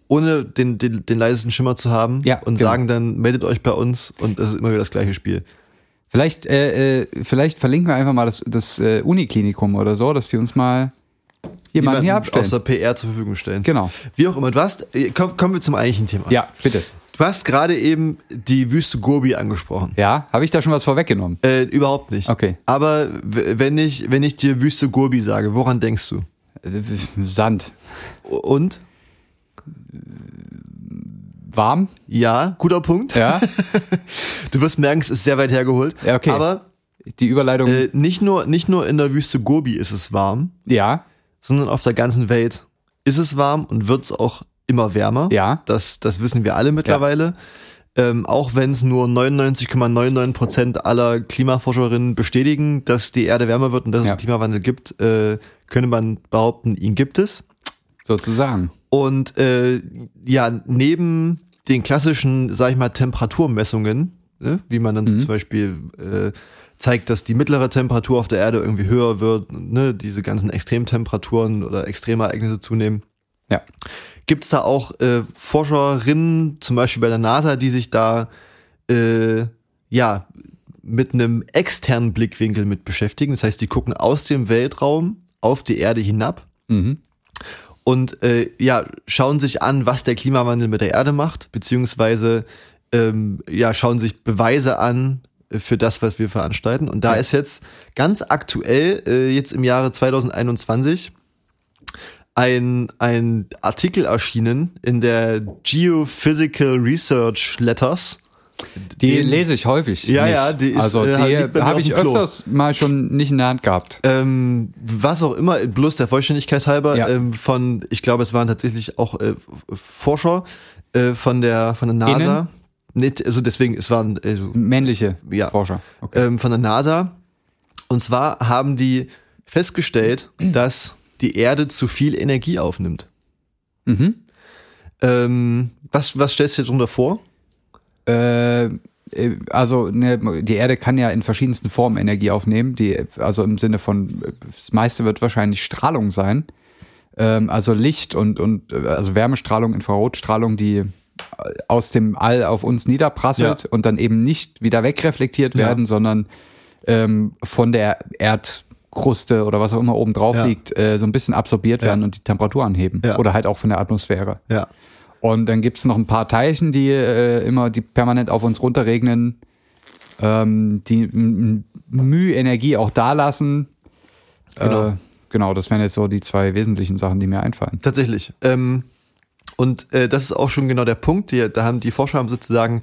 S3: ohne den, den, den leisesten Schimmer zu haben
S2: Ja,
S3: und
S2: genau.
S3: sagen dann, meldet euch bei uns und das ist immer wieder das gleiche Spiel.
S2: Vielleicht, äh, äh, vielleicht verlinken wir einfach mal das, das äh, Uniklinikum oder so, dass die uns mal jemanden hier abstellen.
S3: außer PR zur Verfügung stellen.
S2: Genau.
S3: Wie auch immer, du hast, äh, komm, kommen wir zum eigentlichen Thema.
S2: Ja, bitte.
S3: Du hast gerade eben die Wüste Gobi angesprochen.
S2: Ja, habe ich da schon was vorweggenommen?
S3: Äh, überhaupt nicht.
S2: Okay.
S3: Aber w- wenn ich, wenn ich dir Wüste Gobi sage, woran denkst du?
S2: Äh, Sand.
S3: Und?
S2: Warm?
S3: Ja, guter Punkt.
S2: Ja.
S3: Du wirst merken, es ist sehr weit hergeholt.
S2: Ja, okay.
S3: Aber
S2: Die Überleitung.
S3: äh, nicht, nur, nicht nur in der Wüste Gobi ist es warm,
S2: ja.
S3: sondern auf der ganzen Welt ist es warm und wird es auch immer wärmer.
S2: Ja.
S3: Das, das wissen wir alle mittlerweile. Ähm, auch wenn es nur 99,99 Prozent aller Klimaforscherinnen bestätigen, dass die Erde wärmer wird und dass
S2: Ja.
S3: es Klimawandel gibt, äh, könnte man behaupten, ihn gibt es.
S2: Sozusagen.
S3: Und äh, ja, neben den klassischen, sag ich mal, Temperaturmessungen, ne, wie man dann so zum Beispiel äh, zeigt, dass die mittlere Temperatur auf der Erde irgendwie höher wird, ne, diese ganzen Extremtemperaturen oder Extremereignisse zunehmen,
S2: Ja.
S3: gibt's da auch äh, Forscherinnen, zum Beispiel bei der NASA, die sich da äh, ja mit einem externen Blickwinkel mit beschäftigen. Das heißt, die gucken aus dem Weltraum auf die Erde hinab
S2: Mhm.
S3: und äh, ja, schauen sich an, was der Klimawandel mit der Erde macht, beziehungsweise ähm, ja, schauen sich Beweise an äh, für das, was wir veranstalten. Und da ist jetzt ganz aktuell, äh, jetzt im Jahre 2021, ein, ein Artikel erschienen in der Geophysical Research Letters.
S2: Die
S3: Den-
S2: lese ich häufig.
S3: Ja,
S2: nicht.
S3: ja, die ist,
S2: also
S3: äh, liegt
S2: die
S3: bei mir auf
S2: habe ich
S3: dem Klo.
S2: öfters mal schon nicht in der Hand gehabt.
S3: Ähm, was auch immer, bloß der Vollständigkeit halber,
S2: Ja.
S3: ähm, von, ich glaube, es waren tatsächlich auch äh, Forscher äh, von der von der
S2: Innen?
S3: NASA. Nee, t- also deswegen, es waren also,
S2: Männliche
S3: Ja.
S2: Forscher. Okay.
S3: ähm, von der NASA. Und zwar haben die festgestellt, dass die Erde zu viel Energie aufnimmt.
S2: Mhm.
S3: Ähm, was, was stellst du dir darunter vor?
S2: Äh, äh, also ne, die Erde kann ja in verschiedensten Formen Energie aufnehmen. Die, also im Sinne von äh, das meiste wird wahrscheinlich Strahlung sein. Ähm, also Licht und und äh, also Wärmestrahlung, Infrarotstrahlung, die äh, aus dem All auf uns niederprasselt
S3: Ja.
S2: und dann eben nicht wieder wegreflektiert
S3: Ja.
S2: werden, sondern ähm, von der Erdkruste oder was auch immer oben drauf
S3: Ja.
S2: liegt, äh, so ein bisschen absorbiert werden und die Temperatur anheben.
S3: Ja.
S2: Oder halt auch von der Atmosphäre.
S3: Ja.
S2: Und dann gibt's noch ein paar Teilchen, die äh, immer, die permanent auf uns runterregnen, ähm, die m- m- Mühe Energie auch da lassen.
S3: Genau.
S2: Äh, genau, das wären jetzt so die zwei wesentlichen Sachen, die mir einfallen.
S3: Tatsächlich. Ähm, Und äh, das ist auch schon genau der Punkt. Die, da haben die Forscher haben sozusagen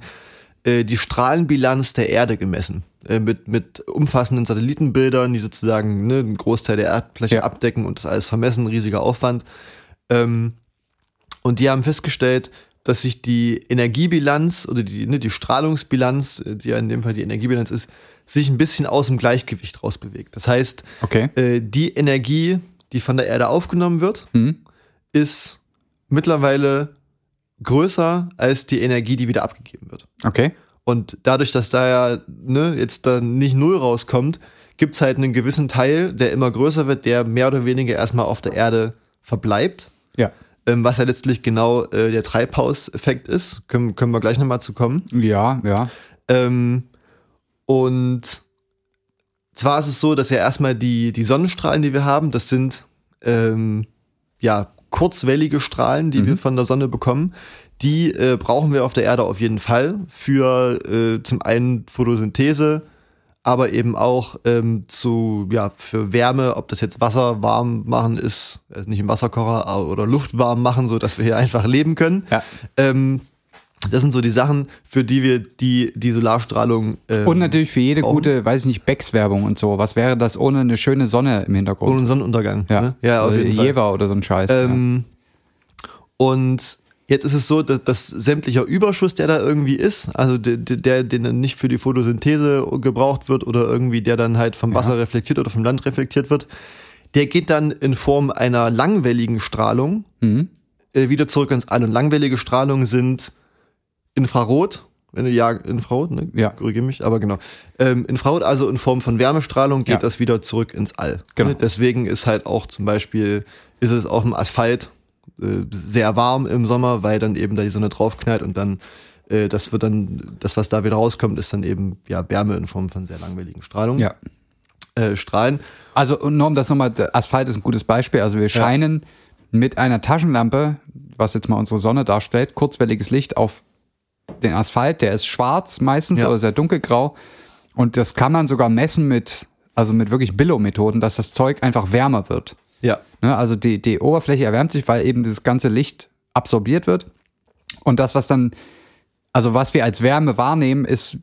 S3: äh, die Strahlenbilanz der Erde gemessen. Äh, mit, mit umfassenden Satellitenbildern, die sozusagen ne, einen Großteil der Erdfläche
S2: Ja.
S3: abdecken und das alles vermessen, riesiger Aufwand. Ähm, und die haben festgestellt, dass sich die Energiebilanz oder die, ne, die Strahlungsbilanz, äh, die ja in dem Fall die Energiebilanz ist, sich ein bisschen aus dem Gleichgewicht rausbewegt. Das heißt,
S2: Okay.
S3: äh, die Energie, die von der Erde aufgenommen wird,
S2: Mhm.
S3: ist mittlerweile größer als die Energie, die wieder abgegeben wird.
S2: Okay.
S3: Und dadurch, dass da ja ne, jetzt da nicht null rauskommt, gibt es halt einen gewissen Teil, der immer größer wird, der mehr oder weniger erstmal auf der Erde verbleibt,
S2: Ja.
S3: ähm, was ja letztlich genau äh, der Treibhauseffekt ist. Können, können wir gleich nochmal zu kommen.
S2: Ja, ja.
S3: Ähm, und zwar ist es so, dass ja erstmal die, die Sonnenstrahlen, die wir haben, das sind ähm, ja kurzwellige Strahlen, die wir von der Sonne bekommen. Die äh, brauchen wir auf der Erde auf jeden Fall für äh, zum einen Photosynthese, aber eben auch ähm, zu ja für Wärme, ob das jetzt Wasser warm machen ist, also nicht im Wasserkocher aber- oder Luft warm machen, so dass wir hier einfach leben können.
S2: Ja.
S3: Ähm, das sind so die Sachen, für die wir die, die Solarstrahlung. Ähm,
S2: Und natürlich für jede
S3: brauchen-
S2: gute, weiß ich nicht, Becks-Werbung und so. Was wäre das ohne eine schöne Sonne im Hintergrund?
S3: Ohne Sonnenuntergang.
S2: ja,
S3: ne? ja auf
S2: Also
S3: jeden Fall.
S2: Jever oder so ein Scheiß.
S3: Ähm, Und jetzt ist es so, dass, dass sämtlicher Überschuss, der da irgendwie ist, also der, der, den dann nicht für die Photosynthese gebraucht wird oder irgendwie der dann halt vom Wasser reflektiert oder vom Land reflektiert wird, der geht dann in Form einer langwelligen Strahlung
S2: Mhm.
S3: äh, wieder zurück ins All. Und langwellige Strahlungen sind Infrarot, wenn du ja, Infrarot, ne?
S2: Ja.
S3: Korrigiere mich, aber genau. Ähm, Infrarot, also in Form von Wärmestrahlung, geht
S2: Ja.
S3: das wieder zurück ins All.
S2: Genau.
S3: Ne? Deswegen ist halt auch zum Beispiel, ist es auf dem Asphalt äh, sehr warm im Sommer, weil dann eben da die Sonne draufknallt und dann äh, das wird dann, das, was da wieder rauskommt, ist dann eben ja Wärme in Form von sehr langweiligen Strahlung,
S2: ja. ja.
S3: äh, Strahlen.
S2: Also und nur um das nochmal, der Asphalt ist ein gutes Beispiel. Also wir scheinen mit einer Taschenlampe, was jetzt mal unsere Sonne darstellt, kurzwelliges Licht auf den Asphalt. Der ist schwarz meistens
S3: Ja.
S2: oder sehr dunkelgrau. Und das kann man sogar messen mit, also mit wirklich Billow-Methoden, dass das Zeug einfach wärmer wird.
S3: Ja,
S2: Ne? Also die, die Oberfläche erwärmt sich, weil eben das ganze Licht absorbiert wird. Und das, was dann, also was wir als Wärme wahrnehmen, ist,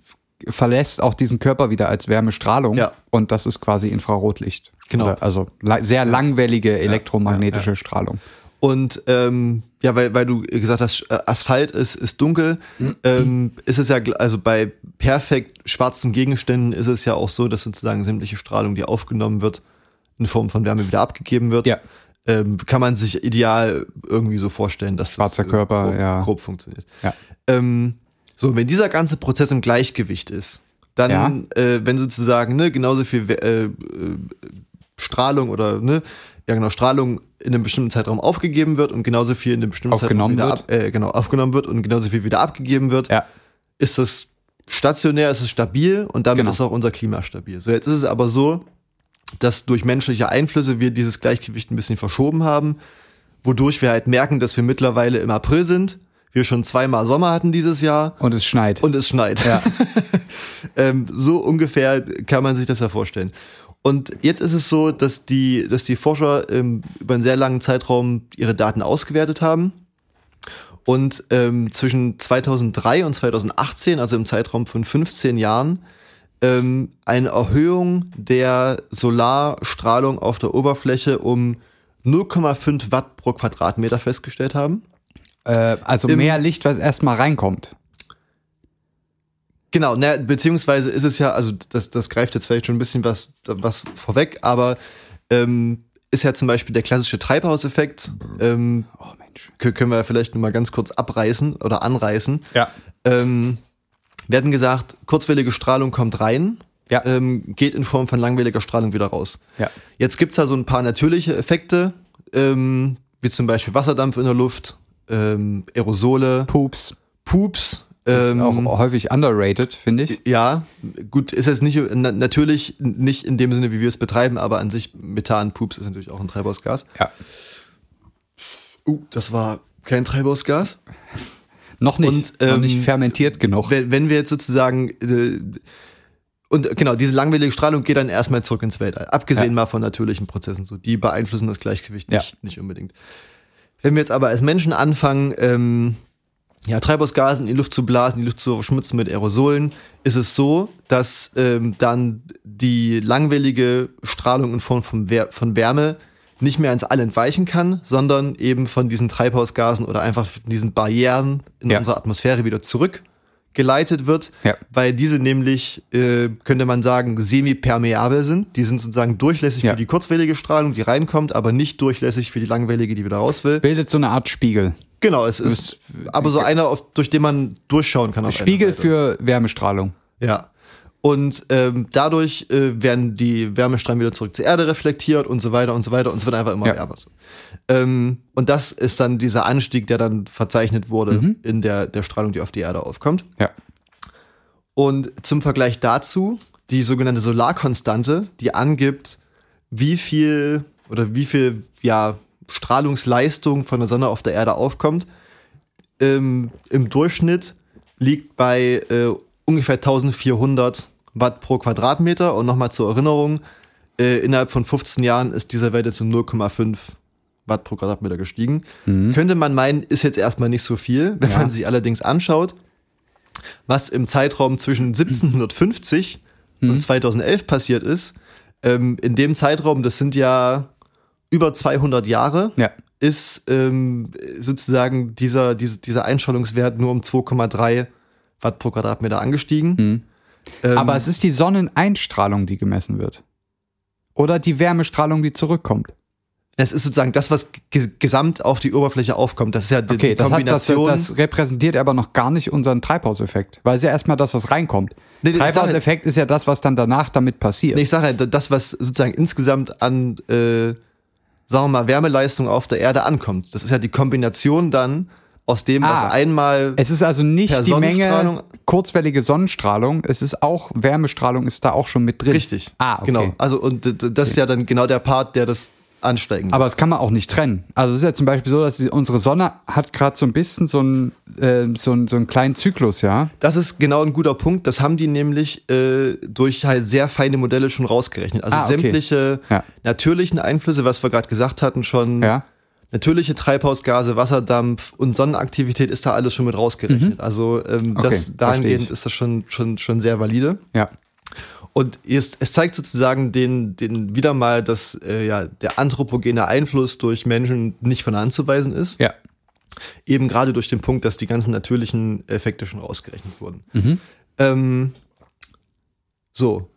S2: verlässt auch diesen Körper wieder als Wärmestrahlung.
S3: Ja.
S2: Und das ist quasi Infrarotlicht.
S3: Genau.
S2: Oder, also la- sehr langwellige elektromagnetische Strahlung.
S3: Und ähm, ja, weil, weil du gesagt hast, äh, Asphalt ist, ist dunkel, ähm, ist es ja, gl- also bei perfekt schwarzen Gegenständen ist es ja auch so, dass sozusagen sämtliche Strahlung, die aufgenommen wird, in Form von Wärme wieder abgegeben wird.
S2: Ja.
S3: Ähm, kann man sich ideal irgendwie so vorstellen, dass
S2: Schwarzer
S3: das, äh,
S2: Körper,
S3: grob,
S2: ja.
S3: grob funktioniert.
S2: Ja.
S3: Ähm, so, wenn dieser ganze Prozess im Gleichgewicht ist, dann,
S2: Ja.
S3: äh, wenn sozusagen ne, genauso viel Wär- äh, Strahlung oder ne, ja genau, Strahlung in einem bestimmten Zeitraum aufgegeben wird und genauso viel in einem bestimmten
S2: Aufgenommen
S3: Zeitraum
S2: wird.
S3: wieder Ab, äh, genau, aufgenommen wird und genauso viel wieder abgegeben wird,
S2: Ja.
S3: ist das stationär, ist es stabil und damit
S2: Genau.
S3: ist auch unser Klima stabil. So, jetzt ist es aber so, dass durch menschliche Einflüsse wir dieses Gleichgewicht ein bisschen verschoben haben, wodurch wir halt merken, dass wir mittlerweile im April sind, wir schon zweimal Sommer hatten dieses Jahr
S2: Und es schneit.
S3: und es schneit.
S2: ja.
S3: Ähm, so ungefähr kann man sich das ja vorstellen. Und jetzt ist es so, dass die, dass die Forscher ähm, über einen sehr langen Zeitraum ihre Daten ausgewertet haben. Und ähm, zwischen 2003 und 2018, also im Zeitraum von 15 Jahren, ähm, eine Erhöhung der Solarstrahlung auf der Oberfläche um 0,5 Watt pro Quadratmeter festgestellt haben.
S2: äh, also
S3: Im-
S2: mehr Licht, was erstmal reinkommt.
S3: Genau, na, beziehungsweise ist es ja, also das, das greift jetzt vielleicht schon ein bisschen was, was vorweg, aber ähm, ist ja zum Beispiel der klassische Treibhauseffekt, ähm,
S2: Oh Mensch.
S3: k- können wir vielleicht nur mal ganz kurz abreißen oder anreißen.
S2: Ja.
S3: Ähm, wir hatten gesagt, kurzwellige Strahlung kommt rein,
S2: Ja.
S3: ähm, geht in Form von langwelliger Strahlung wieder raus.
S2: Ja.
S3: Jetzt gibt's da so ein paar natürliche Effekte, ähm, wie zum Beispiel Wasserdampf in der Luft, ähm, Aerosole,
S2: Pups.
S3: Pups.
S2: Das
S3: ähm,
S2: ist auch häufig underrated, finde ich.
S3: ja, gut, ist jetzt nicht, na, natürlich nicht in dem Sinne, wie wir es betreiben, aber an sich Methanpups ist natürlich auch ein Treibhausgas.
S2: Ja.
S3: Uh, das war kein Treibhausgas.
S2: Noch nicht,
S3: Und,
S2: noch
S3: ähm,
S2: nicht fermentiert genug.
S3: Wenn, wenn wir jetzt sozusagen, äh, und äh, genau, diese langwellige Strahlung geht dann erstmal zurück ins Weltall. Abgesehen mal von natürlichen Prozessen, so, die beeinflussen das Gleichgewicht
S2: Ja.
S3: nicht, nicht unbedingt. Wenn wir jetzt aber als Menschen anfangen, ähm, ja, Treibhausgase in die Luft zu blasen, die Luft zu verschmutzen mit Aerosolen, ist es so, dass ähm, dann die langwellige Strahlung in Form von, Wär von Wärme nicht mehr ans All entweichen kann, sondern eben von diesen Treibhausgasen oder einfach von diesen Barrieren in
S2: Ja.
S3: unserer Atmosphäre wieder zurückgeleitet wird,
S2: Ja.
S3: weil diese nämlich, äh, könnte man sagen, semipermeabel sind. Die sind sozusagen durchlässig
S2: Ja.
S3: für die kurzwellige Strahlung, die reinkommt, aber nicht durchlässig für die langwellige, die wieder raus will.
S2: Bildet so eine Art Spiegel.
S3: Genau, es ist aber so einer, auf, durch den man durchschauen kann. Auf einer
S2: Spiegel
S3: Seite.
S2: für Wärmestrahlung.
S3: Ja. Und ähm, dadurch äh, werden die Wärmestrahlen wieder zurück zur Erde reflektiert und so weiter und so weiter und es wird einfach immer
S2: Ja.
S3: wärmer. So. Ähm, und das ist dann dieser Anstieg, der dann verzeichnet wurde in der, der Strahlung, die auf die Erde aufkommt.
S2: Ja.
S3: Und zum Vergleich dazu die sogenannte Solarkonstante, die angibt, wie viel oder wie viel ja, Strahlungsleistung von der Sonne auf der Erde aufkommt. Ähm, Im Durchschnitt liegt bei äh, ungefähr 1400 Watt pro Quadratmeter. Und nochmal zur Erinnerung, äh, innerhalb von 15 Jahren ist dieser Wert jetzt um 0,5 Watt pro Quadratmeter gestiegen. Könnte man meinen, ist jetzt erstmal nicht so viel. Wenn
S2: Ja.
S3: man sich allerdings anschaut, was im Zeitraum zwischen 1750 und 2011 passiert ist, ähm, in dem Zeitraum, das sind ja über 200 Jahre,
S2: Ja.
S3: ist ähm, sozusagen dieser, diese, dieser Einschaltungswert nur um 2,3 Watt pro Quadratmeter angestiegen. Ähm,
S2: Mhm. Aber es ist die Sonneneinstrahlung, die gemessen wird. Oder die Wärmestrahlung, die zurückkommt.
S3: es ist sozusagen das, was ge- gesamt auf die Oberfläche aufkommt. Das ist ja die,
S2: Okay,
S3: die
S2: das, hat, das,
S3: Kombination.
S2: das repräsentiert aber noch gar nicht unseren Treibhauseffekt, weil es ja erstmal das, was reinkommt.
S3: Nee, nee, ich
S2: Treibhauseffekt ist ja das, was dann danach damit passiert.
S3: Nee, ich sage ja, das, was sozusagen insgesamt an, äh, sagen wir mal, Wärmeleistung auf der Erde ankommt. Das ist ja die Kombination dann aus dem, was
S2: Ah.
S3: einmal.
S2: es ist also nicht
S3: Per
S2: die Menge
S3: Sonnenstrahlung-
S2: kurzwellige Sonnenstrahlung, es ist auch Wärmestrahlung ist da auch schon mit drin.
S3: richtig.
S2: Ah, okay.
S3: Genau. Also, und d- d- das ist ja dann genau der Part, der das ansteigen
S2: Aber
S3: lässt.
S2: das kann man auch nicht trennen. Also es ist ja zum Beispiel so, dass die, unsere Sonne hat gerade so ein bisschen so einen, äh, so, einen, so einen kleinen Zyklus, ja.
S3: Das ist genau ein guter Punkt. Das haben die nämlich äh, durch halt sehr feine Modelle schon rausgerechnet. Also
S2: Ah, okay.
S3: sämtliche
S2: Ja.
S3: natürlichen Einflüsse, was wir gerade gesagt hatten, schon
S2: Ja.
S3: natürliche Treibhausgase, Wasserdampf und Sonnenaktivität ist da alles schon mit rausgerechnet. Also ähm,
S2: Mhm. Okay,
S3: das,
S2: verstehe
S3: dahingehend
S2: ich.
S3: ist das schon, schon, schon sehr valide.
S2: Ja.
S3: Und es, es zeigt sozusagen den, den wieder mal, dass äh, ja, der anthropogene Einfluss durch Menschen nicht von anzuweisen ist.
S2: Ja.
S3: Eben gerade durch den Punkt, dass die ganzen natürlichen Effekte schon rausgerechnet wurden. Ähm, so.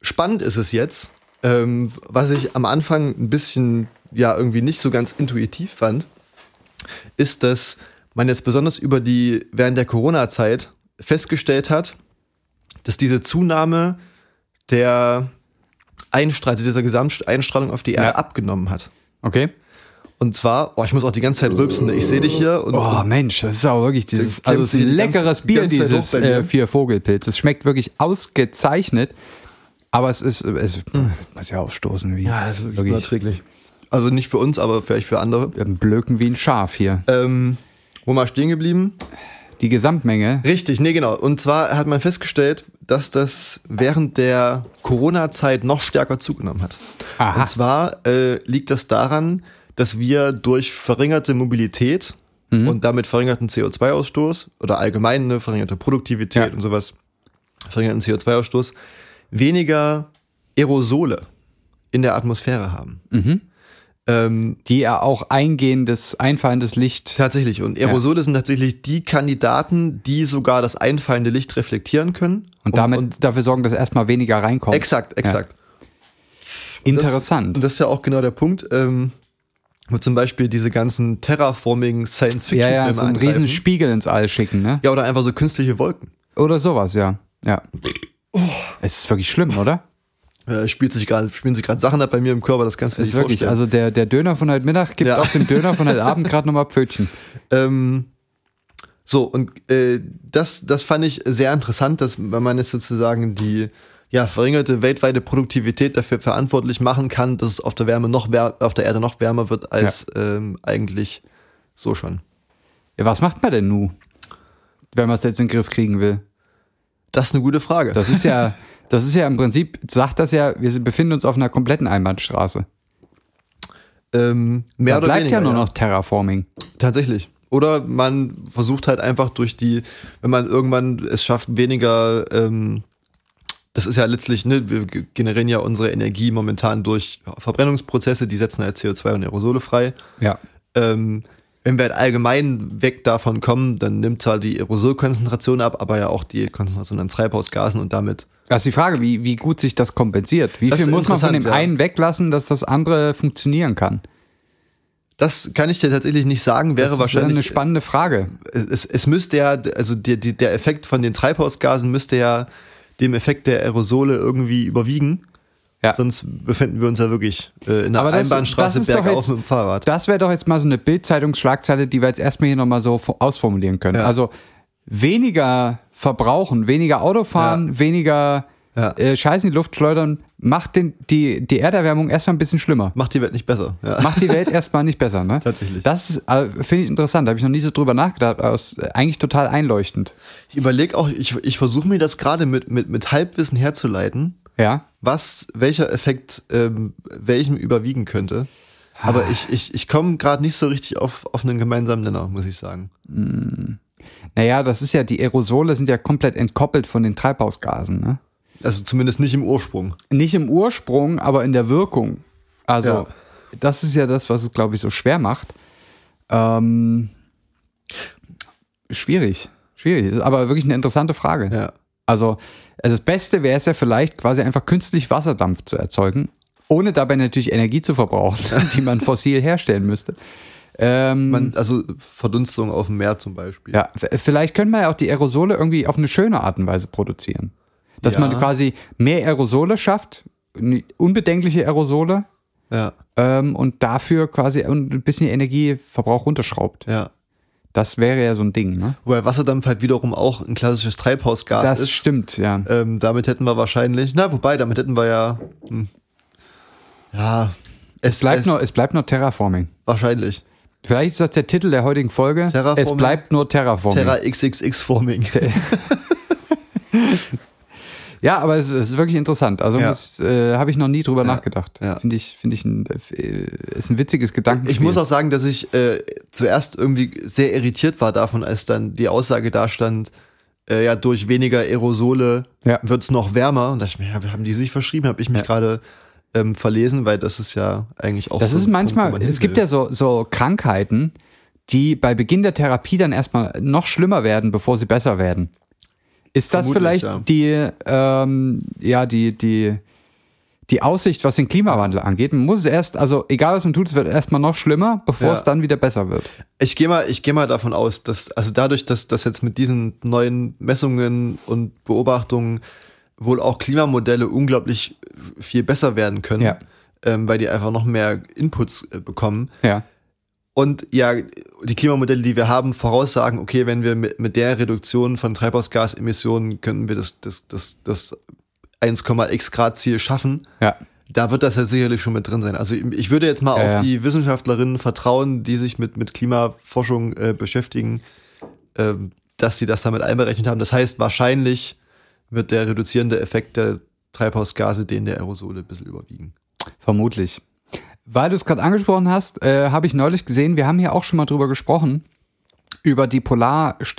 S3: Spannend ist es jetzt, ähm, was ich am Anfang ein bisschen, ja, irgendwie nicht so ganz intuitiv fand, ist, dass man jetzt besonders über die, während der Corona-Zeit festgestellt hat, dass diese Zunahme der Einstrahlung, dieser Gesamteinstrahlung auf die Erde
S2: Ja.
S3: abgenommen hat.
S2: Okay.
S3: Und zwar, oh, ich muss auch die ganze Zeit rülpsen, ne? ich sehe dich hier und
S2: Oh Mensch, das ist auch wirklich dieses,
S3: Das
S2: also es ist ein
S3: kämpft die ganze-
S2: leckeres Bier,
S3: ganze Zeit
S2: dieses
S3: hoch bei mir.
S2: äh, Vier Vogelpilz. Es schmeckt wirklich ausgezeichnet, aber es ist, es
S3: Hm.
S2: muss ja aufstoßen wie,
S3: unerträglich. Also nicht für uns, aber vielleicht für andere.
S2: ähm, blöken wie ein Schaf hier.
S3: Ähm, wo mal stehen geblieben?
S2: Die Gesamtmenge,
S3: Richtig, nee, genau. Und zwar hat man festgestellt, dass das während der Corona-Zeit noch stärker zugenommen hat.
S2: Aha.
S3: Und zwar äh, liegt das daran, dass wir durch verringerte Mobilität und damit verringerten CO2-Ausstoß oder allgemein eine verringerte Produktivität
S2: Ja.
S3: und sowas, verringerten CO2-Ausstoß, weniger Aerosole in der Atmosphäre haben. Ähm,
S2: die ja auch eingehendes, einfallendes Licht.
S3: Tatsächlich. Und Aerosole sind tatsächlich die Kandidaten, die sogar das einfallende Licht reflektieren können.
S2: Und damit dafür sorgen, dass erstmal weniger reinkommt.
S3: exakt, exakt. Das,
S2: Interessant.
S3: und das ist ja auch genau der Punkt, ähm, wo zum Beispiel diese ganzen terraforming
S2: ja,
S3: Science-Fiction-Filme
S2: ja, so einen
S3: angreifen.
S2: riesen Spiegel ins All schicken, ne?
S3: Ja, oder einfach so künstliche Wolken.
S2: Oder sowas, ja. Ja.
S3: Oh.
S2: Es ist wirklich schlimm, oder?
S3: Äh, spielt sich grad, spielen sich gerade Sachen ab bei mir im Körper, das kannst du
S2: Das ist
S3: dir
S2: wirklich,
S3: nicht vorstellen.
S2: also der, der Döner von heute Mittag gibt
S3: Ja.
S2: auch dem Döner von heute Abend gerade nochmal Pfötchen.
S3: Ähm, so, und äh, das, das fand ich sehr interessant, dass wenn man jetzt sozusagen die ja, verringerte weltweite Produktivität dafür verantwortlich machen kann, dass es auf der Wärme noch wär auf der Erde noch wärmer wird als ähm, eigentlich so schon.
S2: Ja, was macht man denn nu, wenn man es jetzt in den Griff kriegen will?
S3: Das ist eine gute Frage.
S2: Das ist ja, das ist ja im Prinzip, sagt das ja, wir sind- befinden uns auf einer kompletten Einbahnstraße.
S3: Ähm, mehr
S2: da
S3: oder
S2: bleibt
S3: weniger.
S2: ja nur noch Terraforming.
S3: Tatsächlich. Oder man versucht halt einfach durch die, wenn man irgendwann es schafft, weniger, ähm, das ist ja letztlich, ne, wir ge- generieren ja unsere Energie momentan durch Verbrennungsprozesse, die setzen halt CO2 und Aerosole frei.
S2: Ja.
S3: Ähm, wenn wir halt allgemein weg davon kommen, dann nimmt zwar die Aerosolkonzentration ab, aber ja auch die Konzentration an Treibhausgasen und damit
S2: Das ist die Frage, wie, wie gut sich das kompensiert. Wie
S3: Das
S2: viel
S3: ist
S2: muss man von dem
S3: interessant, ja.
S2: einen weglassen, dass das andere funktionieren kann?
S3: das kann ich dir tatsächlich nicht sagen, wäre
S2: das ist eine
S3: wahrscheinlich
S2: spannende Frage.
S3: es, es- es müsste ja, also die, die, der Effekt von den Treibhausgasen müsste ja dem Effekt der Aerosole irgendwie überwiegen.
S2: Ja.
S3: Sonst befinden wir uns ja wirklich äh, in einer
S2: Aber das-
S3: Einbahnstraße
S2: das ist doch
S3: bergauf
S2: jetzt-
S3: mit dem Fahrrad.
S2: Das wäre doch jetzt mal so eine Bild-Zeitungsschlagzeile, die wir jetzt erstmal hier nochmal so vo- ausformulieren können.
S3: Ja.
S2: Also weniger verbrauchen, weniger Autofahren, weniger
S3: Ja.
S2: äh, Scheiß in die Luft schleudern, macht den, die, die Erderwärmung erstmal ein bisschen schlimmer.
S3: Macht die Welt nicht besser. Ja.
S2: Macht die Welt erstmal nicht besser, ne?
S3: Tatsächlich.
S2: Das ist, äh, finde ich interessant, da habe ich noch nie so drüber nachgedacht, aber ist äh, eigentlich total einleuchtend.
S3: Ich überlege auch, ich, ich versuche mir das gerade mit, mit, mit Halbwissen herzuleiten,
S2: Ja.
S3: was, welcher Effekt ähm, welchem überwiegen könnte.
S2: Ah.
S3: Aber ich, ich, ich komme gerade nicht so richtig auf, auf einen gemeinsamen Nenner, muss ich sagen.
S2: Naja, das ist ja, die Aerosole sind ja komplett entkoppelt von den Treibhausgasen, ne?
S3: Also zumindest nicht im Ursprung.
S2: nicht im Ursprung, aber in der Wirkung. Also,
S3: Ja.
S2: das ist ja das, was es, glaube ich, so schwer macht. Ähm, schwierig. Schwierig. Ist aber wirklich eine interessante Frage.
S3: Ja.
S2: Also, also, das Beste wäre es ja vielleicht, quasi einfach künstlich Wasserdampf zu erzeugen, ohne dabei natürlich Energie zu verbrauchen, die man fossil herstellen müsste. Ähm,
S3: Man, also Verdunstung auf dem Meer zum Beispiel.
S2: ja, v- vielleicht können wir ja auch die Aerosole irgendwie auf eine schöne Art und Weise produzieren. Dass
S3: Ja.
S2: man quasi mehr Aerosole schafft, ne- unbedenkliche Aerosole,
S3: ja.
S2: ähm, und dafür quasi äh, ein bisschen Energieverbrauch runterschraubt.
S3: ja.
S2: Das wäre ja so ein Ding, ne?
S3: Wobei Wasserdampf halt wiederum auch ein klassisches Treibhausgas
S2: Das,
S3: ist.
S2: stimmt, ja.
S3: Ähm, damit hätten wir wahrscheinlich, na wobei, damit hätten wir ja, hm, ja,
S2: es, bleibt
S3: es-
S2: nur, es bleibt nur Terraforming.
S3: wahrscheinlich.
S2: Vielleicht ist das der Titel der heutigen Folge.
S3: Terraforming?
S2: Es bleibt nur Terraforming.
S3: Terra XXX Forming.
S2: ja, aber es, es ist wirklich interessant. Also
S3: Ja.
S2: muss- äh, habe ich noch nie drüber nachgedacht.
S3: ja.
S2: Finde ich, finde ich ein, äh, ist ein witziges Gedankenspiel.
S3: Ich muss auch sagen, dass ich äh, zuerst irgendwie sehr irritiert war davon, als dann die Aussage da stand, äh, ja, durch weniger Aerosole
S2: Ja.
S3: wird es noch wärmer. Und dachte ich mir, ja, haben die sich verschrieben? Habe ich mich
S2: Ja.
S3: gerade ähm, verlesen, weil das ist ja eigentlich auch
S2: Das
S3: so
S2: ist
S3: ein Punkt, wo
S2: manchmal,
S3: man hin
S2: es gibt
S3: will.
S2: ja so, so Krankheiten, die bei Beginn der Therapie dann erstmal noch schlimmer werden, bevor sie besser werden. Ist das
S3: Vermutlich,
S2: vielleicht
S3: ja.
S2: die, ähm, ja, die, die, die Aussicht, was den Klimawandel angeht? Man muss es erst, also egal was man tut, es wird erstmal noch schlimmer, bevor
S3: Ja.
S2: es dann wieder besser wird.
S3: Ich gehe mal, ich gehe mal davon aus, dass also dadurch, dass das jetzt mit diesen neuen Messungen und Beobachtungen wohl auch Klimamodelle unglaublich viel besser werden können,
S2: Ja.
S3: ähm, weil die einfach noch mehr Inputs äh, bekommen.
S2: Ja.
S3: Und ja, die Klimamodelle, die wir haben, voraussagen, okay, wenn wir mit, mit der Reduktion von Treibhausgasemissionen können wir das das das das 1,x Grad Ziel schaffen.
S2: Ja.
S3: Da wird das ja sicherlich schon mit drin sein. Also ich würde jetzt mal
S2: Ja,
S3: auf
S2: ja.
S3: die Wissenschaftlerinnen vertrauen, die sich mit, mit Klimaforschung äh, beschäftigen, ähm, dass sie das damit einberechnet haben. Das heißt, wahrscheinlich wird der reduzierende Effekt der Treibhausgase den der Aerosole ein bisschen überwiegen.
S2: Vermutlich. Weil du es gerade angesprochen hast, äh, habe ich neulich gesehen, wir haben hier auch schon mal drüber gesprochen, über die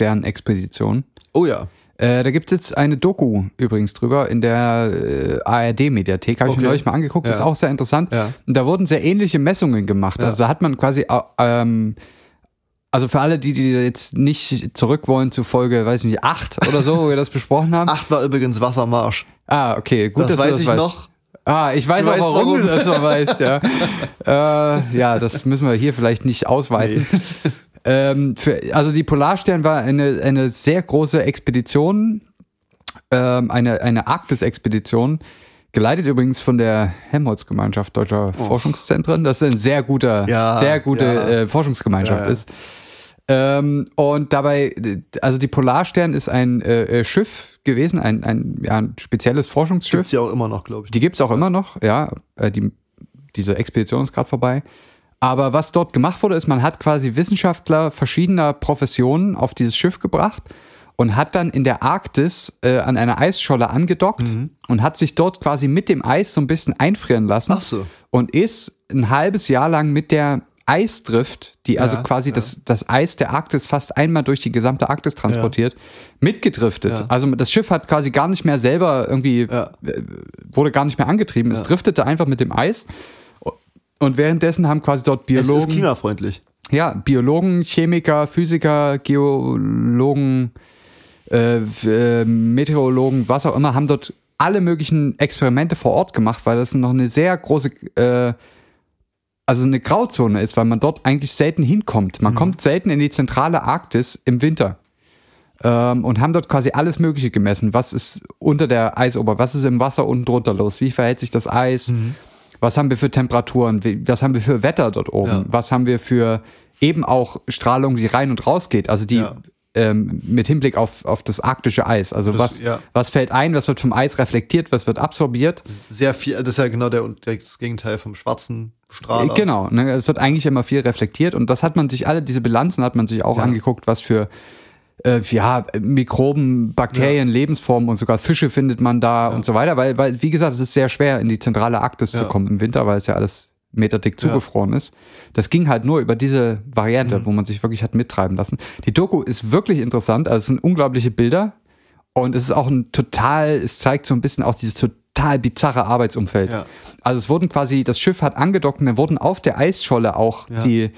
S2: Polarstern-Expedition.
S3: Oh ja,
S2: Äh, da gibt's jetzt eine Doku übrigens drüber in der äh, ARD-Mediathek. Habe ich mir
S3: Okay.
S2: neulich mal angeguckt. Das ist
S3: Ja.
S2: auch sehr interessant.
S3: Ja.
S2: Und da wurden sehr ähnliche Messungen gemacht. Also da hat man quasi, äh, ähm, also für alle, die, die jetzt nicht zurück wollen zu Folge, weiß ich nicht, acht oder so, wo wir das besprochen haben.
S3: acht war übrigens Wassermarsch.
S2: Ah, okay, gut,
S3: Das
S2: dass du
S3: weiß
S2: das
S3: ich
S2: weißt.
S3: noch.
S2: Ah, ich weiß
S3: Du
S2: auch,
S3: weißt,
S2: warum,
S3: warum.
S2: du das so weißt, ja. äh, ja, das müssen wir hier vielleicht nicht ausweiten. ähm, für, also die Polarstern war eine, eine sehr große Expedition, ähm, eine, eine Arktis-Expedition, geleitet übrigens von der Helmholtz-Gemeinschaft Deutscher Forschungszentren. Das ist ein sehr guter,
S3: Oh. Ja,
S2: sehr gute
S3: ja.
S2: äh, Forschungsgemeinschaft
S3: Ja, ja.
S2: ist. Ähm, und dabei, also die Polarstern ist ein äh, äh, Schiff gewesen, ein, ein, ja, ein spezielles Forschungsschiff.
S3: Gibt's ja auch immer noch, glaube ich.
S2: Die gibt's auch immer noch, ja. Äh, die, diese Expedition ist gerade vorbei. Aber was dort gemacht wurde, ist, man hat quasi Wissenschaftler verschiedener Professionen auf dieses Schiff gebracht und hat dann in der Arktis äh, an einer Eisscholle angedockt
S3: Mhm.
S2: und hat sich dort quasi mit dem Eis so ein bisschen einfrieren lassen
S3: Ach so.
S2: und ist ein halbes Jahr lang mit der Eisdrift, die also quasi das, das Eis der Arktis fast einmal durch die gesamte Arktis transportiert, mitgedriftet. Also das Schiff hat quasi gar nicht mehr selber irgendwie, äh, wurde gar nicht mehr angetrieben. Es driftete einfach mit dem Eis. Und währenddessen haben quasi dort
S3: Es ist
S2: Biologen,
S3: klimafreundlich.
S2: ja, Biologen, Chemiker, Physiker, Geologen, äh, f- äh, Meteorologen, was auch immer, haben dort alle möglichen Experimente vor Ort gemacht, weil das noch eine sehr große, äh, also eine Grauzone ist, weil man dort eigentlich selten hinkommt.
S3: Mhm.
S2: Man kommt selten in die zentrale Arktis im Winter. Ähm, und haben dort quasi alles Mögliche gemessen. Was ist unter der Eisober? Was ist im Wasser unten drunter los? Wie verhält sich das Eis?
S3: Mhm.
S2: Was haben wir für Temperaturen? Wie, was haben wir für Wetter dort oben?
S3: Ja.
S2: Was haben wir für eben auch Strahlung, die rein und raus geht? Also die
S3: Ja.
S2: ähm, mit Hinblick auf, auf das arktische Eis. Also
S3: Das-
S2: was,
S3: ja.
S2: was fällt ein, was wird vom Eis reflektiert, was wird absorbiert?
S3: Sehr viel, das ist ja genau der, das Gegenteil vom schwarzen Strahler.
S2: Genau, ne, es wird eigentlich immer viel reflektiert und das hat man sich alle, diese Bilanzen hat man sich auch
S3: Ja.
S2: angeguckt, was für äh, ja, Mikroben, Bakterien, Lebensformen und sogar Fische findet man da und so weiter, weil, weil, wie gesagt, es ist sehr schwer, in die zentrale Arktis zu
S3: Ja.
S2: kommen im Winter, weil es ja alles meterdick zugefroren ist. Das ging halt nur über diese
S3: Mhm.
S2: Variante, wo man sich wirklich hat mittreiben lassen. Die Doku ist wirklich interessant, also es sind unglaubliche Bilder und es ist auch ein total, es zeigt so ein bisschen auch dieses total bizarre Arbeitsumfeld.
S3: Ja.
S2: Also es wurden quasi, das Schiff hat angedockt und dann wurden auf der Eisscholle auch die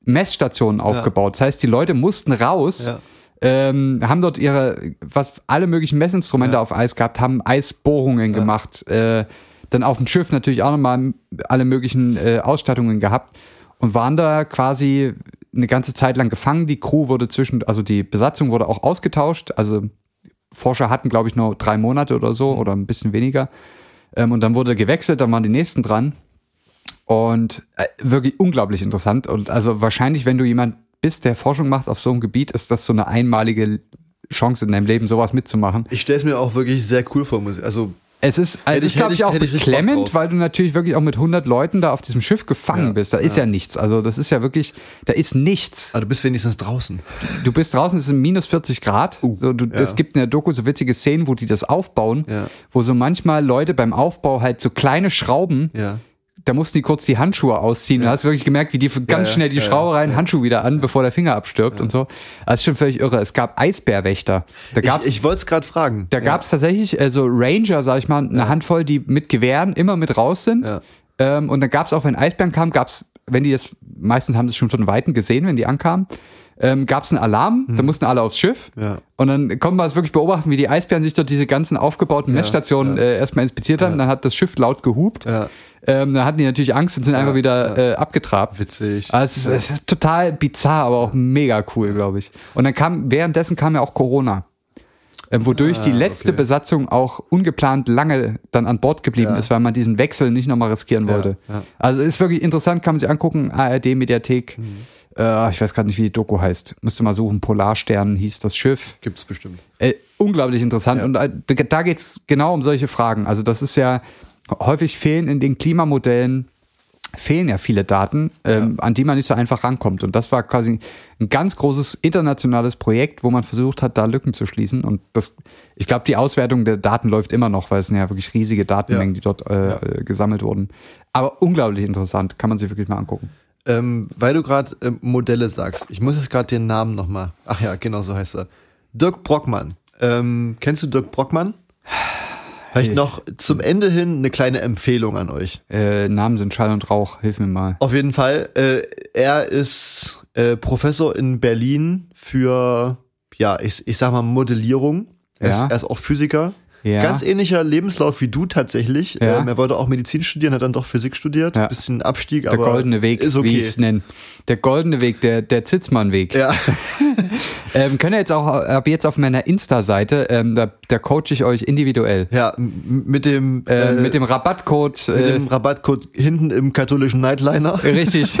S2: Messstationen aufgebaut. Das heißt, die Leute mussten raus,
S3: Ja.
S2: ähm, haben dort ihre, was alle möglichen Messinstrumente auf Eis gehabt, haben Eisbohrungen gemacht, äh, dann auf dem Schiff natürlich auch nochmal alle möglichen äh, Ausstattungen gehabt und waren da quasi eine ganze Zeit lang gefangen. Die Crew wurde zwischen, also die Besatzung wurde auch ausgetauscht, also Forscher hatten, glaube ich, nur drei Monate oder so
S3: Mhm.
S2: oder ein bisschen weniger. Ähm, und dann wurde gewechselt, dann waren die nächsten dran. Und äh, wirklich unglaublich interessant. Und also wahrscheinlich, wenn du jemand bist, der Forschung macht auf so einem Gebiet, ist das so eine einmalige Chance in deinem Leben, sowas mitzumachen.
S3: Ich stelle es mir auch wirklich sehr cool vor, muss ich- also
S2: Es ist, also
S3: Hätte
S2: ich,
S3: ich-
S2: glaube
S3: hätte
S2: ich,
S3: ich-
S2: auch
S3: hätte ich richtig Bock
S2: beklemmend,
S3: drauf.
S2: weil du natürlich wirklich auch mit 100 Leuten da auf diesem Schiff gefangen
S3: Ja,
S2: bist. Da ist ja. nichts. Also das ist ja wirklich, da ist nichts.
S3: Aber ah, du bist wenigstens draußen.
S2: Du bist draußen, es sind minus 40 Grad.
S3: Uh,
S2: so, du, Es gibt in der Doku so witzige Szenen, wo die das aufbauen,
S3: Ja.
S2: wo so manchmal Leute beim Aufbau halt so kleine Schrauben
S3: Ja.
S2: da mussten die kurz die Handschuhe ausziehen. Da hast du wirklich gemerkt, wie die ganz
S3: ja,
S2: schnell die
S3: ja,
S2: Schraube rein, Handschuh wieder an, bevor der Finger abstirbt und so. Also, Das ist schon völlig irre. Es gab Eisbärwächter. Da
S3: Ich,
S2: gab's
S3: ich wollte es gerade fragen.
S2: da gab's tatsächlich also Ranger, sag ich mal, eine Handvoll, die mit Gewehren immer mit raus sind.
S3: Ja.
S2: Ähm, und dann gab's auch, wenn Eisbären kamen, gab's, wenn die das, meistens haben sie schon von Weitem gesehen, wenn die ankamen, ähm, gab's einen Alarm, dann mussten alle aufs Schiff.
S3: Mhm. Ja.
S2: Und dann konnten wir es wirklich beobachten, wie die Eisbären sich dort diese ganzen aufgebauten Messstationen Äh, erstmal inspiziert haben. Dann hat das Schiff laut gehupt.
S3: Ja.
S2: Ähm, dann hatten die natürlich Angst und sind einfach wieder äh, abgetrabt.
S3: Witzig.
S2: Also es, ist, es ist total bizarr, aber auch mega cool, glaube ich. Und dann kam, währenddessen kam ja auch Corona. Ähm, wodurch die letzte
S3: Ah, okay.
S2: Besatzung auch ungeplant lange dann an Bord geblieben
S3: Ja.
S2: ist, weil man diesen Wechsel nicht nochmal riskieren wollte.
S3: ja.
S2: Also ist wirklich interessant, kann man sich angucken, ARD-Mediathek.
S3: Mhm.
S2: Äh, ich weiß gerade nicht, wie die Doku heißt. Musste mal suchen, Polarstern hieß das Schiff.
S3: Gibt's bestimmt.
S2: Äh, unglaublich interessant.
S3: Ja.
S2: Und äh, da- da geht's genau um solche Fragen. Also das ist ja, häufig fehlen in den Klimamodellen, fehlen ja viele Daten, ähm, an die man nicht so einfach rankommt. Und das war quasi ein ganz großes internationales Projekt, wo man versucht hat, da Lücken zu schließen. Und das, ich glaube, die Auswertung der Daten läuft immer noch, weil es sind ja wirklich riesige Datenmengen, die
S3: Ja.
S2: dort äh,
S3: Ja.
S2: äh, gesammelt wurden. Aber unglaublich interessant, kann man sich wirklich mal angucken.
S3: Ähm, weil du gerade ähm, Modelle sagst, ich muss jetzt gerade den Namen nochmal. Ach ja, genau so heißt er. Dirk Brockmann. Ähm, kennst du Dirk Brockmann? Vielleicht noch zum Ende hin eine kleine Empfehlung an euch.
S2: Äh, Namen sind Schall und Rauch, hilf mir mal.
S3: Auf jeden Fall. Äh, er ist äh, Professor in Berlin für, ja, ich, ich sag mal Modellierung. Er,
S2: Ja.
S3: ist, er ist auch Physiker.
S2: Ja.
S3: Ganz ähnlicher Lebenslauf wie du tatsächlich.
S2: Ja.
S3: Ähm, er wollte auch Medizin studieren, hat dann doch Physik studiert.
S2: Ja.
S3: Bisschen Abstieg,
S2: Der
S3: aber
S2: goldene Weg,
S3: ist okay.
S2: wie ich es nenne. Der goldene Weg, der, der Zitzmann-Weg.
S3: Ja.
S2: Ähm, könnt ihr jetzt auch ab jetzt auf meiner Insta-Seite, ähm, da, da coache ich euch individuell.
S3: Ja, m- mit dem,
S2: Äh,
S3: äh,
S2: mit dem Rabattcode.
S3: mit
S2: äh,
S3: dem Rabattcode hinten im katholischen Nightliner.
S2: richtig.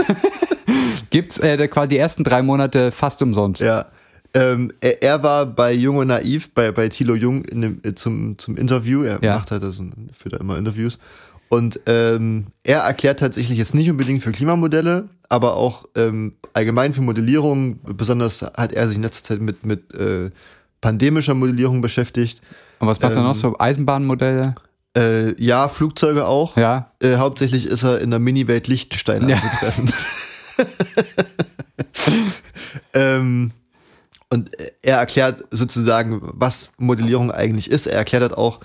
S2: Gibt's äh, der- quasi die ersten drei Monate fast umsonst.
S3: Ja. Ähm, er, er war bei Jung und Naiv, bei, bei Thilo Jung in dem, äh, zum, zum Interview. Er
S2: Ja.
S3: macht halt also, führt da immer Interviews. Und ähm, er erklärt tatsächlich jetzt nicht unbedingt für Klimamodelle, aber auch ähm, allgemein für Modellierung. Besonders hat er sich in letzter Zeit mit, mit äh, pandemischer Modellierung beschäftigt.
S2: Und was macht er
S3: Ähm,
S2: noch so? Eisenbahnmodelle?
S3: Äh, ja, Flugzeuge auch.
S2: Ja.
S3: Äh, hauptsächlich ist er in der Mini-Welt Liechtenstein
S2: Ja.
S3: anzutreffen. ähm, und äh, er erklärt sozusagen, was Modellierung eigentlich ist. Er erklärt halt auch,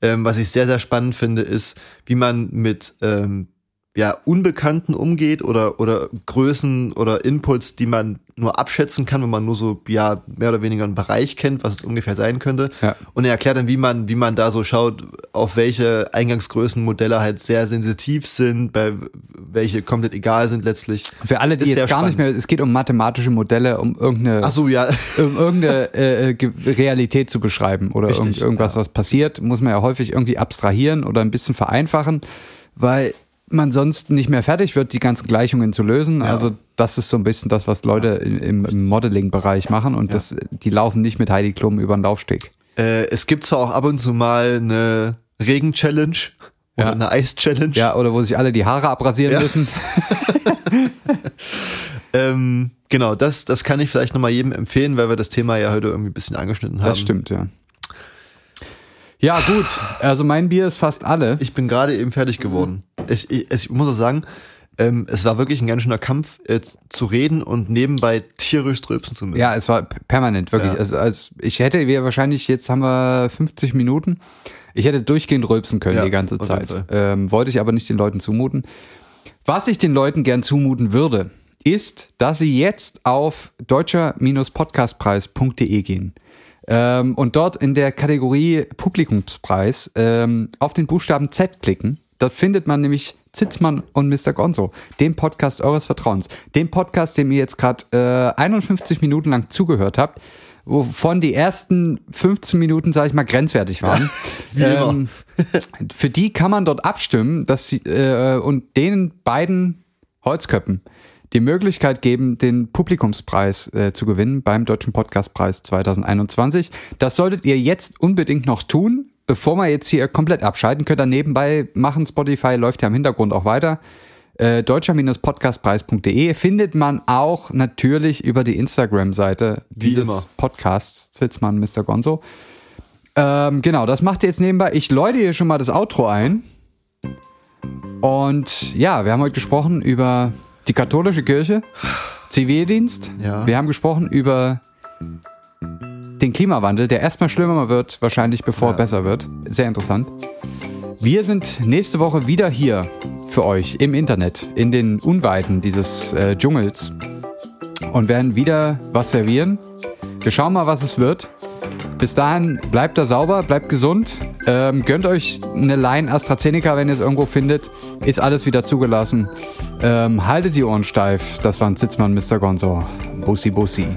S3: ähm, was ich sehr, sehr spannend finde, ist, wie man mit ähm, ja, Unbekannten umgeht oder, oder Größen oder Inputs, die man nur abschätzen kann, wenn man nur so ja, mehr oder weniger einen Bereich kennt, was es ungefähr sein könnte.
S2: Ja.
S3: Und er erklärt dann, wie man, wie man da so schaut, auf welche Eingangsgrößenmodelle halt sehr sensitiv sind, bei welche komplett egal sind letztlich.
S2: Für alle, die
S3: Ist
S2: jetzt
S3: sehr
S2: gar nicht mehr,
S3: spannend.
S2: es geht um mathematische Modelle, um irgendeine,
S3: Ach so, ja.
S2: um irgendeine äh, äh, Ge- Realität zu beschreiben oder
S3: Richtig,
S2: irgend, irgendwas, was passiert, muss man ja häufig irgendwie abstrahieren oder ein bisschen vereinfachen, weil man sonst nicht mehr fertig wird, die ganzen Gleichungen zu lösen. Also das ist so ein bisschen das, was Leute im- im, im Modeling-Bereich machen und das, die laufen nicht mit Heidi Klum über den Laufsteg.
S3: Äh, es gibt zwar auch ab und zu mal eine Regen-Challenge oder
S2: Ja.
S3: eine Eis-Challenge.
S2: Ja, oder wo sich alle die Haare abrasieren
S3: Ja.
S2: müssen.
S3: Ähm, genau, das, das kann ich vielleicht nochmal jedem empfehlen, weil wir das Thema ja heute irgendwie ein bisschen angeschnitten haben.
S2: Das stimmt, ja. Ja, gut. Also mein Bier ist fast alle.
S3: Ich bin gerade eben fertig
S2: Mhm.
S3: geworden. Ich, ich, es- ich muss auch sagen, ähm, es war wirklich ein ganz schöner Kampf, äh, zu reden und nebenbei tierisch ströpsen zu müssen.
S2: Ja, es war p- permanent, wirklich.
S3: Ja.
S2: Also, als ich hätte wir wahrscheinlich, jetzt haben wir 50 Minuten. Ich hätte durchgehend rülpsen können
S3: Ja,
S2: die ganze
S3: auf jeden
S2: Zeit.
S3: Fall.
S2: Ähm, wollte ich aber nicht den Leuten zumuten. Was ich den Leuten gern zumuten würde, ist, dass sie jetzt auf deutscher-podcastpreis.de gehen. Ähm, und dort in der Kategorie Publikumspreis ähm, auf den Buchstaben Z klicken. Da findet man nämlich Zitzmann und Mr. Gonzo, den Podcast eures Vertrauens. Den Podcast, dem ihr jetzt gerade äh, 51 Minuten lang zugehört habt, wovon die ersten 15 Minuten, sage ich mal, grenzwertig waren. Ähm,
S3: wie immer.
S2: für die kann man dort abstimmen dass sie, äh, und den beiden Holzköppen die Möglichkeit geben, den Publikumspreis äh, zu gewinnen beim Deutschen Podcastpreis 2021. Das solltet ihr jetzt unbedingt noch tun, bevor wir jetzt hier komplett abschalten. Könnt ihr nebenbei machen. Spotify läuft ja im Hintergrund auch weiter. Äh, deutscher-podcastpreis.de findet man auch natürlich über die Instagram-Seite dieses
S3: immer.
S2: Podcasts, Zitzmann, Mr. Gonzo. Ähm, genau, das macht ihr jetzt nebenbei. Ich läute hier schon mal das Outro ein. Und ja, wir haben heute gesprochen über die katholische Kirche, Zivildienst.
S3: Ja.
S2: Wir haben gesprochen über den Klimawandel, der erstmal schlimmer wird, wahrscheinlich bevor er besser wird. Sehr interessant. Wir sind nächste Woche wieder hier für euch im Internet, in den Unweiten dieses äh, Dschungels und werden wieder was servieren. Wir schauen mal, was es wird. Bis dahin, bleibt da sauber, bleibt gesund. Ähm, gönnt euch eine Line AstraZeneca, wenn ihr es irgendwo findet. Ist alles wieder zugelassen. Ähm, haltet die Ohren steif. Das waren Sitzmann Mr. Gonzo. Bussi, Bussi.